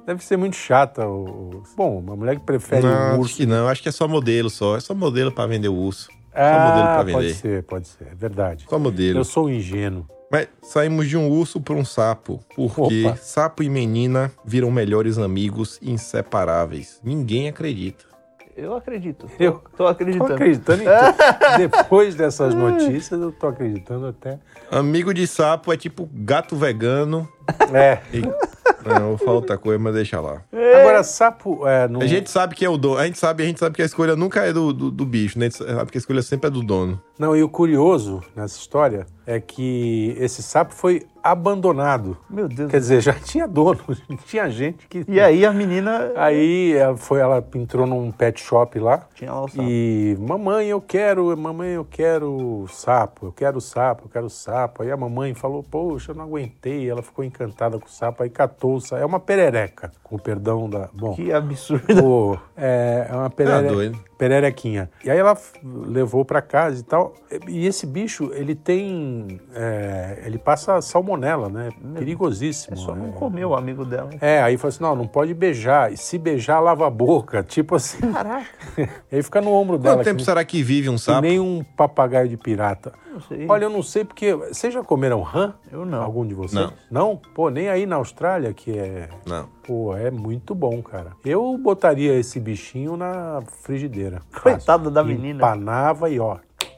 S4: Deve ser muito chata. O, o- bom, uma mulher que prefere
S1: Não,
S4: um
S1: acho
S4: urso.
S1: que não. Acho que é só modelo só. É só modelo pra vender o urso. só um modelo
S4: Ah,
S1: pra
S4: pode
S1: vender.
S4: ser, pode ser. É verdade.
S1: Só modelo.
S4: Eu sou um ingênuo.
S1: Mas saímos de um urso para um sapo, porque
S4: Opa.
S1: sapo e menina viram melhores amigos e inseparáveis. Ninguém acredita.
S3: Eu acredito.
S4: Eu- é
S3: tô
S4: Tô
S3: acreditando.
S4: acreditando em
S1: *laughs*
S4: tudo. Depois dessas notícias, eu tô acreditando até.
S1: Amigo de sapo é tipo gato vegano.
S4: É.
S1: E... Não, eu falo outra coisa, mas deixa lá.
S4: Agora, sapo. É, não...
S1: A gente sabe que é o dono. A gente sabe, a gente sabe que a escolha nunca é do, do, do bicho, né? A gente sabe que a escolha sempre é do dono.
S4: Não, e o curioso nessa história é que esse sapo foi abandonado.
S3: Meu Deus.
S4: Quer dizer, já tinha dono, *laughs* tinha gente que.
S3: E aí a menina
S4: Aí ela foi, ela entrou num pet shop lá.
S3: tinha lá o sapo.
S4: E mamãe, eu quero, mamãe, eu quero sapo, eu quero sapo, eu quero sapo. Aí a mamãe falou, poxa, eu não aguentei. Ela ficou encantada com o sapo, aí catou o sapo. É uma perereca, com o perdão da. Bom.
S3: Que absurdo.
S4: Pô, é, é uma
S3: tá
S4: perere...
S1: Ah, doido.
S4: pererequinha. E aí ela f- levou pra casa e tal. E esse bicho, ele tem. é, ele passa salmonela, né? Perigosíssimo.
S3: É só não
S4: né?
S3: comer o amigo dela.
S4: É, aí falou assim: não, não pode beijar. E se beijar, lava a boca. *laughs* Tipo assim. Caraca. aí fica no ombro dela.
S1: Quanto tempo
S4: que,
S1: será que vive um
S4: que
S1: sapo?
S4: nem um papagaio de pirata.
S3: é Não sei.
S4: Olha, eu não sei porque. Vocês já comeram rã?
S3: Eu não.
S4: Algum de vocês?
S1: Não.
S4: Não? Pô, nem aí na Austrália, que é.
S1: Não.
S4: Pô, é muito bom, cara. Eu botaria esse bichinho na frigideira.
S3: Coitada da menina.
S4: Empanava e ó,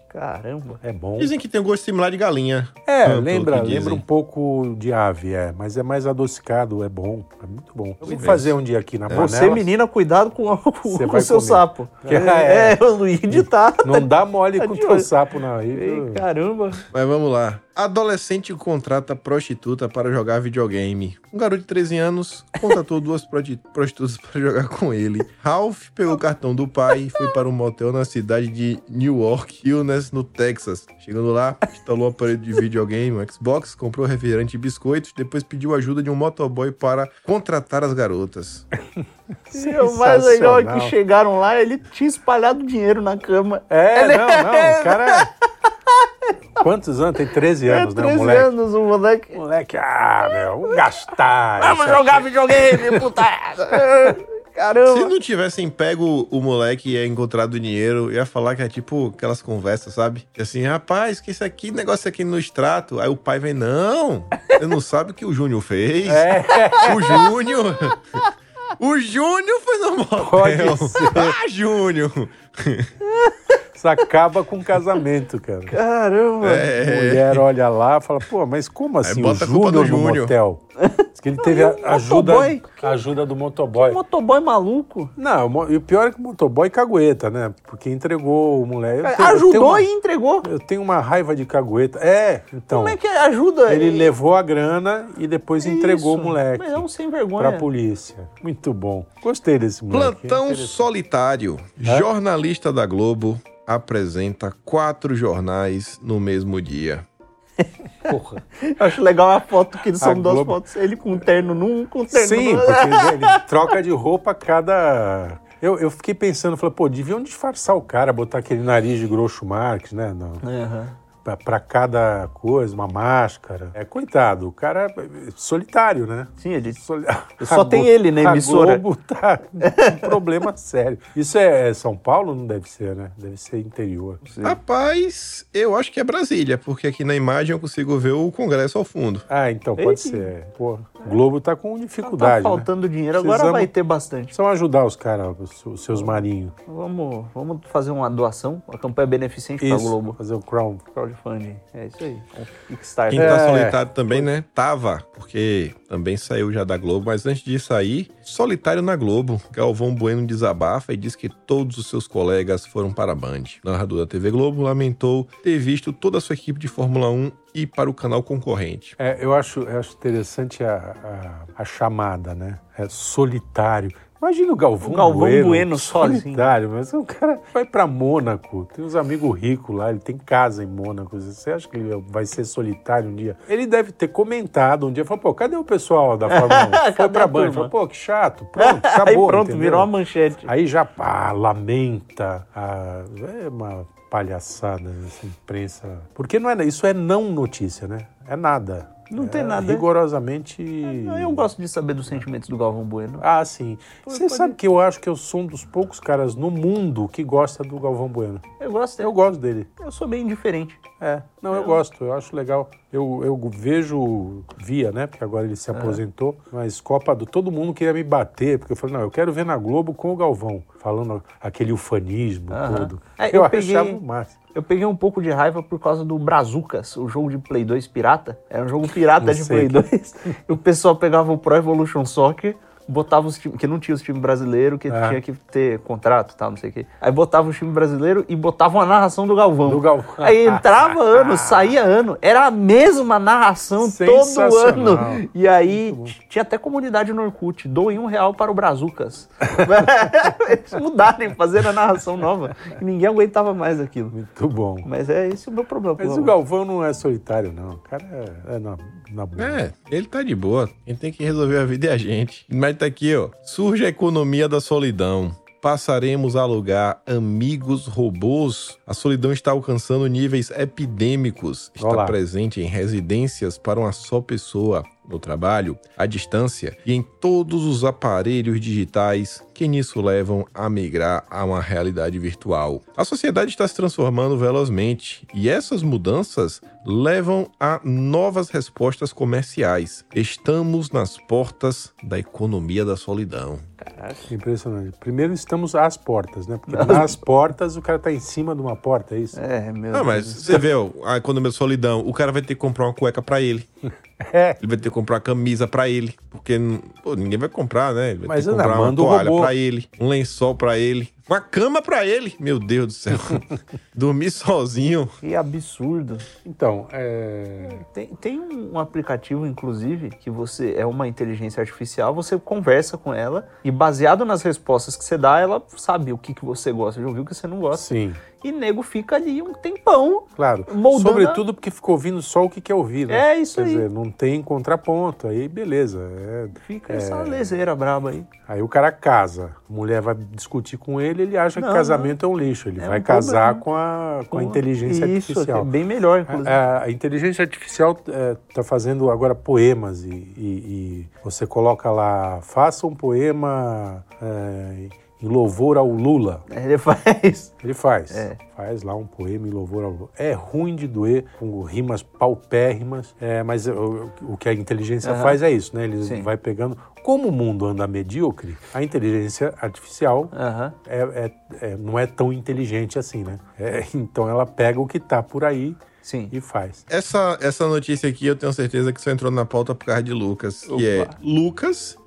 S3: Caramba.
S4: é bom.
S1: Dizem que tem um gosto similar de galinha.
S4: É,
S1: Ah, pelo
S4: lembra,
S1: que dizem.
S4: lembra um pouco de ave, é, mas é mais adocicado, é bom, é muito bom. Eu vou
S1: Sim.
S4: fazer um dia aqui na panela.
S3: Você, menina, cuidado com, com
S4: Você
S3: o
S4: vai
S3: seu
S4: comer.
S3: sapo.
S4: É.
S3: o Luigi
S4: *laughs*
S3: tá.
S4: Não dá mole com o
S3: de
S4: teu
S3: olho.
S4: sapo na
S3: Ei,
S4: rede.
S3: caramba.
S1: Mas vamos lá. Adolescente contrata prostituta para jogar videogame. Um garoto de 13 anos contratou duas proti- prostitutas para jogar com ele. Ralph pegou o cartão do pai e foi para um motel na cidade de Newark, Illness, no Texas. Chegando lá, instalou o aparelho de videogame, um Xbox, comprou refrigerante e biscoitos, depois pediu ajuda de um motoboy para contratar as garotas.
S3: E o mais legal é que
S4: Sensacional.
S3: chegaram lá, ele tinha espalhado dinheiro na cama.
S4: É,
S3: né?
S4: não, não, o cara... é- Quantos anos? Tem 13 anos,
S3: é,
S4: né, o
S3: 13
S4: moleque?
S3: anos o moleque.
S4: Moleque, ah, meu, vamos gastar.
S3: Vamos
S4: isso aqui.
S3: jogar videogame, puta!
S1: Se
S3: É, Caramba.
S1: não tivessem pego o moleque e encontrado o dinheiro, ia falar que é tipo aquelas conversas, sabe? Que assim, rapaz, que isso aqui, negócio aqui no extrato. Aí o pai vem, não, você não sabe o que o Júnior fez.
S4: É.
S1: O Júnior. O Júnior foi no motel.
S4: Pode ser.
S1: Ah, Júnior.
S4: Isso acaba com o casamento,
S3: *laughs*
S4: cara.
S3: Caramba.
S1: É.
S4: Mulher olha lá e fala, pô, mas como assim o
S1: bota a culpa
S4: Júnior
S1: do
S4: no
S1: Júnior.
S4: motel? Diz que ele teve a
S3: e o
S4: ajuda,
S3: motoboy?
S4: a ajuda do motoboy.
S3: Motoboy maluco.
S4: Não, o mo- e o pior é que o motoboy cagueta, né? Porque entregou o moleque. Eu tenho- eu tenho
S3: É, Ajudou
S4: uma-
S3: e entregou.
S4: Eu tenho uma raiva de cagueta. É, então.
S3: Como é que ajuda?
S4: Ele
S3: E-
S4: levou a grana e depois entregou
S3: Isso.
S4: o moleque
S3: Mas é um sem
S4: pra
S3: vergonha.
S4: polícia. Muito bom. Gostei desse moleque.
S1: Plantão Solitário. Jornalista da Globo apresenta quatro jornais no mesmo dia.
S4: Porra.
S3: Acho legal a foto que eles
S4: A
S3: são duas
S4: Globo-
S3: fotos. Ele com um terno num, com terno
S4: Sim,
S3: no
S4: *laughs*
S3: outro.
S4: porque ele troca de roupa a cada. Eu, eu fiquei pensando, falei, pô, deviam disfarçar o cara, botar aquele nariz de grosso Marx, né? Não.
S3: Aham.
S4: Pra, pra cada coisa, uma máscara. É, coitado, o cara é solitário, né?
S3: Sim, ele
S4: Soli-
S3: Só tá
S4: A
S3: tem
S4: Glo-
S3: ele na emissora.
S4: A Globo tá com um
S3: *laughs*
S4: problema sério. Isso é, é São Paulo? Não deve ser, né? Deve ser interior.
S1: Rapaz, eu acho que é Brasília, porque aqui na imagem eu consigo ver o Congresso ao fundo.
S4: Ah, então pode ser. Pô, Globo tá com
S3: tá
S4: dificuldade, né?
S3: faltando dinheiro. Agora
S4: Precisamos-
S3: vai ter bastante.
S4: Precisam ajudar os caras, os os seus marinhos.
S3: Tá, Vamos, vamos fazer uma doação, uma campanha é beneficente para pra
S4: Isso,
S3: Globo.
S4: fazer o crown.
S3: Crowdfunding. É isso aí. Um
S1: Quem
S3: Kickstarter.
S1: tá
S4: É.
S1: solitário também, né? Tava, porque também saiu já da Globo, mas antes de sair, solitário na Globo. Galvão Bueno desabafa e diz que todos os seus colegas foram para a Band. Narrador da TV Globo lamentou ter visto toda a sua equipe de Fórmula 1 ir para o canal concorrente.
S4: É, eu, acho, eu acho interessante a, a- a chamada, né? É solitário. Imagina o Galvão,
S3: O Galvão
S4: Bueno,
S3: Bueno sozinho.
S4: Solitário, mas o cara vai pra Mônaco, tem uns amigos ricos lá, ele tem casa em Mônaco. Você acha que ele vai ser solitário um dia? Ele deve ter comentado um dia, falou, pô, cadê o pessoal da Fórmula 1? Foi
S3: *laughs* Cadê a
S4: pra banho.
S3: turma?
S4: Falou, pô, que chato. Pronto, acabou.
S3: *laughs* *laughs* aí pronto,
S4: entendeu?
S3: virou uma manchete.
S4: Tipo. Aí já pá, lamenta. ah, é uma palhaçada essa imprensa. Porque não é, isso é não notícia, né? É nada.
S3: Não
S4: É
S3: tem nada. É,
S4: Rigorosamente.
S3: Não, Eu gosto de saber dos sentimentos do Galvão Bueno.
S4: Ah, sim. Você
S3: um pode-
S4: sabe que eu acho que eu sou um dos poucos caras no mundo que gosta do Galvão Bueno.
S3: Eu gosto,
S4: Eu
S3: eu,
S4: gosto dele.
S3: eu sou bem indiferente.
S4: É, não, eu gosto, eu acho legal. Eu, eu vejo, via, né? Porque agora ele se aposentou, mas Copa do. Todo mundo queria me bater, porque eu falei, não, eu quero ver na Globo com o Galvão, falando aquele ufanismo
S3: Aham.
S4: todo.
S3: É,
S4: eu
S3: eu peguei-
S4: achava o máximo.
S3: Eu peguei um pouco de raiva por causa do Brazucas, o jogo de Play 2 pirata. Era um jogo pirata
S4: Não
S3: de
S4: sei
S3: Play 2. E o pessoal pegava o Pro Evolution Soccer botava os times, que não tinha os times brasileiros, que
S4: É.
S3: tinha que ter contrato e tal, não sei o quê. Aí botava os times brasileiros e botava uma narração do Galvão.
S4: Do Galvão.
S3: Aí
S4: *laughs*
S3: entrava ano, saía ano, era a mesma narração todo
S4: Sensacional.
S3: ano. E aí t- tinha até comunidade no Orkut, doem um real para o Brazucas. *laughs* Eles mudarem, fazendo a narração nova. E ninguém aguentava mais aquilo.
S4: Muito bom.
S3: Mas é esse o meu problema. com
S4: Mas o
S3: Galvão.
S4: Galvão não é solitário, não. O cara é, é na, na boa.
S1: É, ele tá de boa. Quem tem que resolver a vida é a gente. Mas tá aqui, ó. Surge a economia da solidão. Passaremos a alugar amigos robôs. A solidão está alcançando níveis epidêmicos. Está
S4: Olá.
S1: presente em residências para uma só pessoa, no trabalho, à distância e em todos os aparelhos digitais que nisso levam a migrar a uma realidade virtual. A sociedade está se transformando velozmente e essas mudanças levam a novas respostas comerciais. Estamos nas portas da economia da solidão.
S4: Impressionante. Primeiro estamos às portas, né? Porque nas portas o cara tá em cima de uma porta, é isso?
S3: É, meu
S1: Ah,
S3: Deus.
S1: mas você vê ó, ah, a economia da solidão, o cara vai ter que comprar uma cueca pra ele.
S4: *laughs* É.
S1: Ele vai ter que comprar camisa pra ele, porque pô, ninguém vai comprar, né? Ele vai
S4: Mas
S1: ter que
S4: ainda
S1: comprar uma
S4: manda o
S1: toalha
S4: robô.
S1: pra ele, um lençol pra ele, uma cama pra ele. Meu Deus do
S4: *laughs*
S1: céu. Dormir sozinho.
S3: Que absurdo.
S4: Então, é...
S3: Tem, tem um aplicativo, inclusive, que você é uma inteligência artificial, você conversa com ela e baseado nas respostas que você dá, ela sabe o que, que você gosta de ouvir, o que você não gosta.
S4: Sim,
S3: E nego fica ali um tempão.
S4: claro.
S3: Moldando
S4: Sobretudo porque ficou ouvindo só o que quer ouvir, né?
S3: É isso
S4: Quer
S3: aí.
S4: dizer, não tem contraponto, aí beleza. é-
S3: Fica essa leseira braba aí.
S4: Aí o cara casa, a mulher vai discutir com ele, ele acha
S3: Não,
S4: que casamento é um lixo. Ele
S3: É
S4: vai
S3: um
S4: casar
S3: problema.
S4: com a, com a inteligência
S3: Isso,
S4: artificial.
S3: é bem melhor, inclusive.
S4: A, a inteligência artificial está fazendo agora poemas e, e- e você coloca lá, faça um poema é, em louvor ao Lula.
S3: É, Ele *laughs* faz.
S4: Ele faz.
S3: É.
S4: Faz lá um poema em louvor ao Lula. É ruim de doer, com rimas paupérrimas, é, mas o, o que a inteligência
S3: Aham.
S4: faz é isso, né? Ele
S3: Sim.
S4: vai pegando. Como o mundo anda medíocre, a inteligência artificial
S3: Aham.
S4: é- é- é- não é tão inteligente assim, né? É, *laughs* então ela pega o que tá por aí
S3: Sim.
S4: e faz.
S1: Essa, essa notícia aqui eu tenho certeza que só entrou na pauta por causa de Lucas.
S4: Opa.
S1: Que é Lucas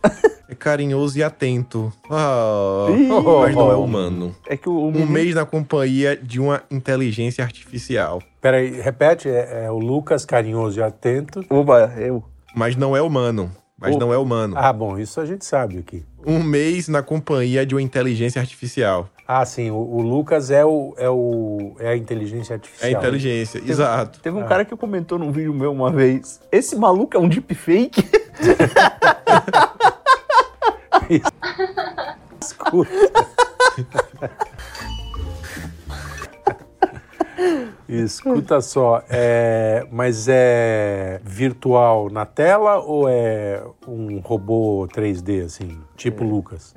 S1: é carinhoso e atento. Ah,
S3: Ih.
S1: mas não é humano.
S3: É que o, o
S4: uhum.
S1: Um
S3: menino-
S1: mês na companhia de uma inteligência artificial.
S4: Peraí, repete, é, é o Lucas carinhoso e atento.
S3: Oba, eu.
S1: Mas não é humano. Mas
S4: Opa.
S1: não é humano.
S4: Ah, bom, isso a gente sabe aqui.
S1: Um mês na companhia de uma inteligência artificial.
S4: Ah, sim, o, o Lucas é, o, é, o, é a
S1: É
S4: inteligência artificial.
S1: inteligência, exato.
S3: Teve um cara que comentou num vídeo meu uma vez. Esse maluco é um deepfake?
S4: Escuta. Escuta só, é, mas é virtual na tela ou é um robô 3D, assim,
S3: É.
S4: tipo Lucas?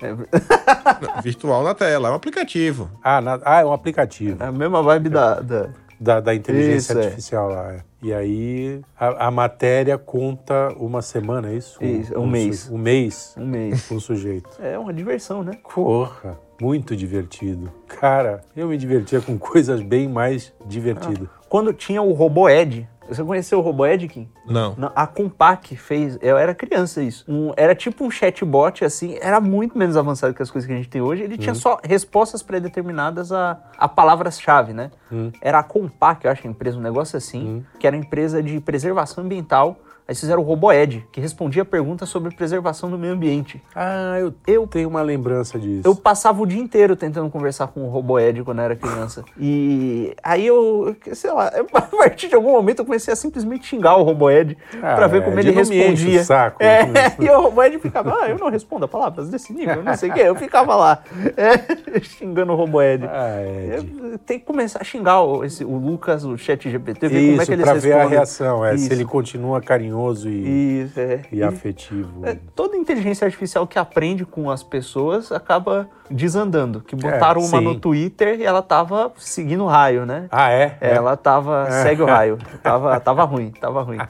S1: Virtual na tela, é um aplicativo.
S4: Ah, na- ah, é um aplicativo.
S3: É a mesma vibe da- da...
S4: da, da inteligência
S3: Isso, é.
S4: artificial lá. é. E aí a, a matéria conta uma semana, é isso?
S3: Isso, um mês.
S4: suje- Um mês
S3: Um mês.
S4: com o sujeito.
S3: É uma diversão, né?
S4: Porra, muito divertido. Cara, eu me divertia com *laughs* coisas bem mais divertidas.
S3: Quando tinha o Robô Ed. Você conheceu o Robô Ed, Kim?
S1: Não.
S3: Não, A Compaq fez. Eu era criança isso. Um- era tipo um chatbot, assim. Era muito menos avançado que as coisas que a gente tem hoje. Ele tinha só respostas predeterminadas a, a palavras-chave, né? Era a Compaq, eu acho, a empresa, um negócio assim, que era uma empresa de preservação ambiental. Aí fizeram o Robô Ed, que respondia perguntas sobre preservação do meio ambiente.
S4: Ah, eu,
S3: Eu-
S4: tenho uma lembrança disso.
S3: Eu passava o dia inteiro tentando conversar com o robô Ed quando eu era criança. E aí eu, sei lá, eu- *laughs* a partir de algum momento eu comecei a simplesmente xingar o robô Ed
S4: Ah,
S3: pra ver como
S4: Ed,
S3: ele
S4: não me enche o
S3: respondia.
S4: saco.
S3: É,
S4: *laughs*
S3: *laughs* e o robô Ed ficava, ah, eu não respondo a palavras desse nível, eu não sei o quê. Eu ficava lá, *laughs* é, xingando o robô Ed.
S4: Ah, Ed.
S3: Eu- Tem que começar a xingar o, esse- o Lucas, o chat GPT, ver como é
S4: Isso,
S3: que ele
S4: pra
S3: responde.
S4: ver a reação, é, se
S3: Isso.
S4: ele continua carinhoso e,
S3: Isso, é.
S4: e afetivo.
S3: É, toda inteligência artificial que aprende com as pessoas acaba desandando. Que botaram uma
S4: É, sim.
S3: no Twitter e ela tava seguindo o raio, né?
S4: Ah, é?
S3: Ela tava. segue o
S4: *laughs*
S3: raio. Tava, tava ruim, tava ruim.
S4: É,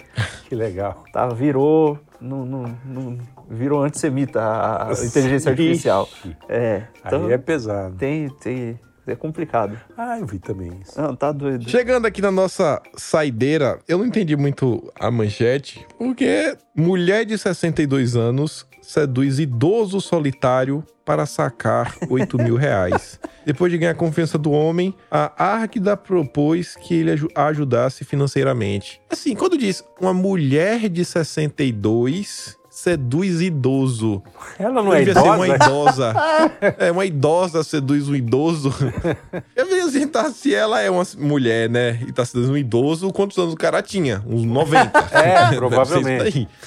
S4: Que legal.
S3: Tava, virou. Não, não- não- virou antissemita a, a inteligência artificial.
S4: Ixi,
S3: É. Então
S4: Aí é pesado.
S3: tem, tem. É complicado.
S4: Ah, eu vi também isso.
S3: Não, tá doido.
S1: Chegando aqui na nossa saideira, eu não entendi muito a manchete, porque mulher de 62 anos seduz idoso solitário para sacar 8 mil reais. Depois de ganhar a confiança do homem, a Arquida propôs que ele aju- a ajudasse financeiramente. Assim, quando diz uma mulher de 62 seduz idoso,
S4: Ela não é
S1: devia ser uma
S4: idosa?
S3: *laughs*
S1: idosa. é, uma idosa seduz um idoso. Eu vejo assim, tá, se ela é uma mulher, né, e tá seduzindo um idoso, quantos anos o cara tinha? Uns
S3: *laughs*
S1: 90.
S3: É,
S1: Deve ser isso
S4: provavelmente.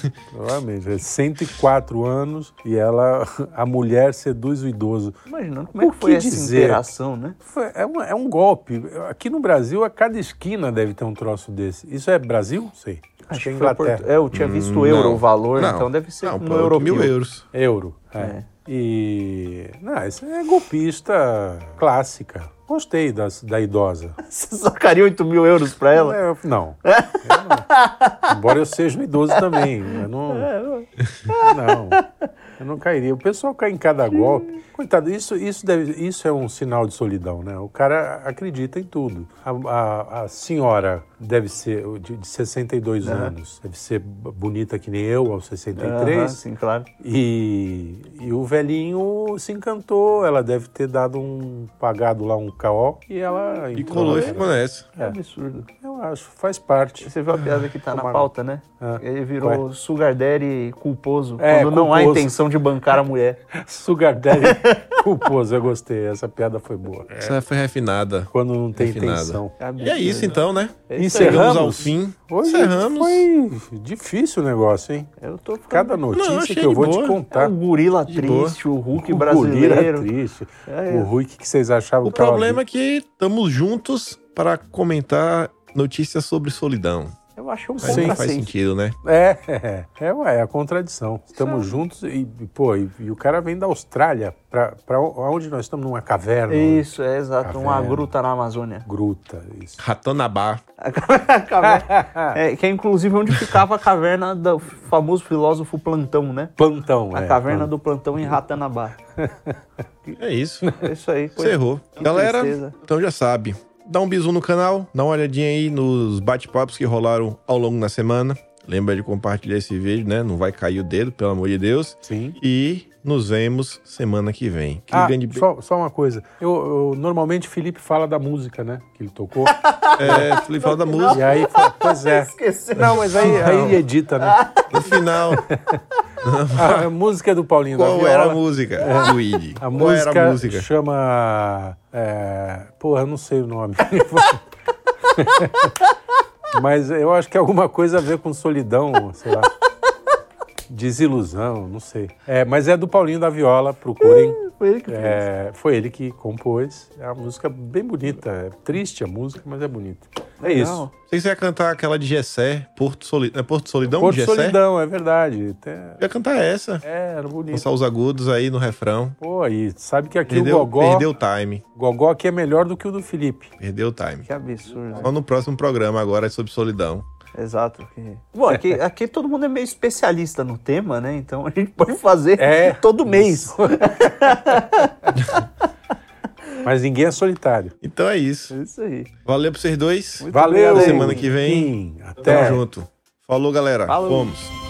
S1: daí.
S4: Provavelmente. É 104 anos e ela, *laughs* a mulher seduz o idoso.
S3: Imaginando como é
S4: O
S3: que foi
S4: que
S3: essa
S4: dizer?
S3: interação, né?
S4: Foi- É um, é um golpe. Aqui no Brasil, a cada esquina deve ter um troço desse. Isso é Brasil? Sei. Acho, que é
S3: foi
S4: Inglaterra.
S3: Portu- É, eu tinha visto o euro,
S1: não.
S3: o valor,
S1: Não.
S3: então deve ser
S1: Não,
S3: no
S1: pô,
S3: euro.
S1: mil euros.
S4: Euro. É. E. Não, isso é golpista clássica. Gostei das, da idosa.
S3: *laughs* Você sacaria 8 mil euros pra ela?
S4: É, eu- não. Eu não. Embora eu seja um idoso também. Eu não. Não. Eu não cairia. O pessoal cai em cada golpe. Coitado, isso, isso, deve, isso é um sinal de solidão, né? O cara acredita em tudo. A, a- a senhora deve ser de, de 62 anos. Deve ser b- bonita que nem eu, aos 63.
S3: Aham, sim, claro.
S4: E, e o velhinho se encantou, ela deve ter dado um. pagado lá um caó e ela.
S1: E
S4: entrou
S1: colou e
S4: na-
S1: ficou nessa.
S3: Então É. absurdo.
S4: Eu acho, faz parte. *laughs*
S3: Você viu a piada que tá na pauta, né?
S4: É.
S3: Ele virou sugar daddy culposo
S4: É,
S3: quando não há
S4: culposo.
S3: intenção de bancar a mulher.
S4: Sugar Daddy culposo, eu gostei. Essa piada foi boa.
S1: Essa foi refinada.
S4: Quando não tem
S1: Refinada.
S4: intenção.
S1: E é isso então, né?
S3: isso aí.
S4: Encerramos
S1: Chegamos ao fim.
S4: Hoje
S1: Encerramos.
S4: foi difícil o negócio, hein?
S3: Eu tô ficando...
S4: Cada um
S1: Não,
S4: notícia
S1: achei
S4: que eu
S1: de
S4: vou
S1: boa.
S4: te
S3: É
S4: contar.
S3: o gorila
S1: De boa.
S3: triste, o Hulk
S4: O
S3: brasileiro.
S4: gorila triste.
S3: É,
S4: O Rui, o que que vocês achavam?
S1: O
S4: que tava
S1: problema é que estamos juntos para comentar notícias sobre solidão.
S3: Eu achei um
S1: Aí não
S3: contrassenso.
S1: faz sentido, né?
S4: É, é, é, ué, é a contradição. Estamos juntos e, e, pô, e, e o cara vem da Austrália pra, pra o- aonde nós estamos, numa caverna,
S3: Isso, é exato. Uma
S4: Caverna.
S3: gruta na Amazônia.
S4: *laughs* uma gruta, isso.
S1: Ratanabá.
S3: A caverna- é, que é inclusive onde ficava a caverna do famoso filósofo Plantão, né?
S4: Plantão,
S3: A
S4: é.
S3: caverna do Plantão em Ratanabá.
S1: É isso.
S3: É isso aí.
S1: Você errou.
S3: que
S1: Galera,
S3: tristeza.
S1: então já sabe. Dá um bisu no canal, dá uma olhadinha aí nos bate-papos que rolaram ao longo da semana. Lembra de compartilhar esse vídeo, né? Não vai cair o dedo, pelo amor de Deus.
S4: Sim.
S1: E nos vemos semana que vem. Que
S4: Ah,
S1: grande be-
S4: só, só uma coisa. Eu, eu- normalmente o Felipe fala da música, né? Que ele
S3: *laughs*
S4: tocou.
S1: É, falei, fala da música.
S4: e aí, fa- pois é.
S3: Esqueceu.
S4: Não, mas aí, é, aí ele edita, né?
S3: Ah.
S1: No
S4: *laughs*
S1: final,
S4: A, a música é do Paulinho da
S1: qual
S4: Viola. É.
S1: era a música? Do Idi.
S4: A
S1: Qual
S4: música,
S1: era a música?
S4: chama. É, porra, eu não sei o nome. *laughs* Mas eu acho que é alguma coisa a ver com solidão, sei lá. Desilusão, não sei. É, mas é do Paulinho da Viola, procurem.
S1: Hum.
S3: Foi ele que fez.
S4: É, foi ele que compôs. É uma música bem bonita. É triste a música, mas é bonita. É isso.
S3: Não,
S1: Sei que você ia cantar aquela de Gessé, Porto Solidão. É Porto Solidão?
S4: Porto
S1: Gessé?
S4: Solidão, é verdade. Até-
S1: Eu ia cantar essa.
S4: É, era bonito.
S1: Lançar os agudos aí no refrão.
S4: Pô, aí, sabe que aqui
S1: Perdeu
S4: o Gogó,
S1: perdeu o time.
S4: Gogó aqui é melhor do que o do Felipe.
S1: Perdeu o time.
S3: que absurdo.
S1: Só Então, no próximo programa agora é sobre solidão.
S3: Exato. que- Bom, aqui, aqui todo mundo é meio especialista no tema, né? Então a gente pode fazer
S4: É,
S3: todo mês.
S4: Mas ninguém é solitário.
S1: Então é isso.
S3: É isso aí.
S1: Valeu pra vocês dois.
S4: Valeu!
S1: Até semana que vem.
S4: Sim, até.
S1: Tamo junto. Falou, galera.
S3: Falou.
S1: Vamos.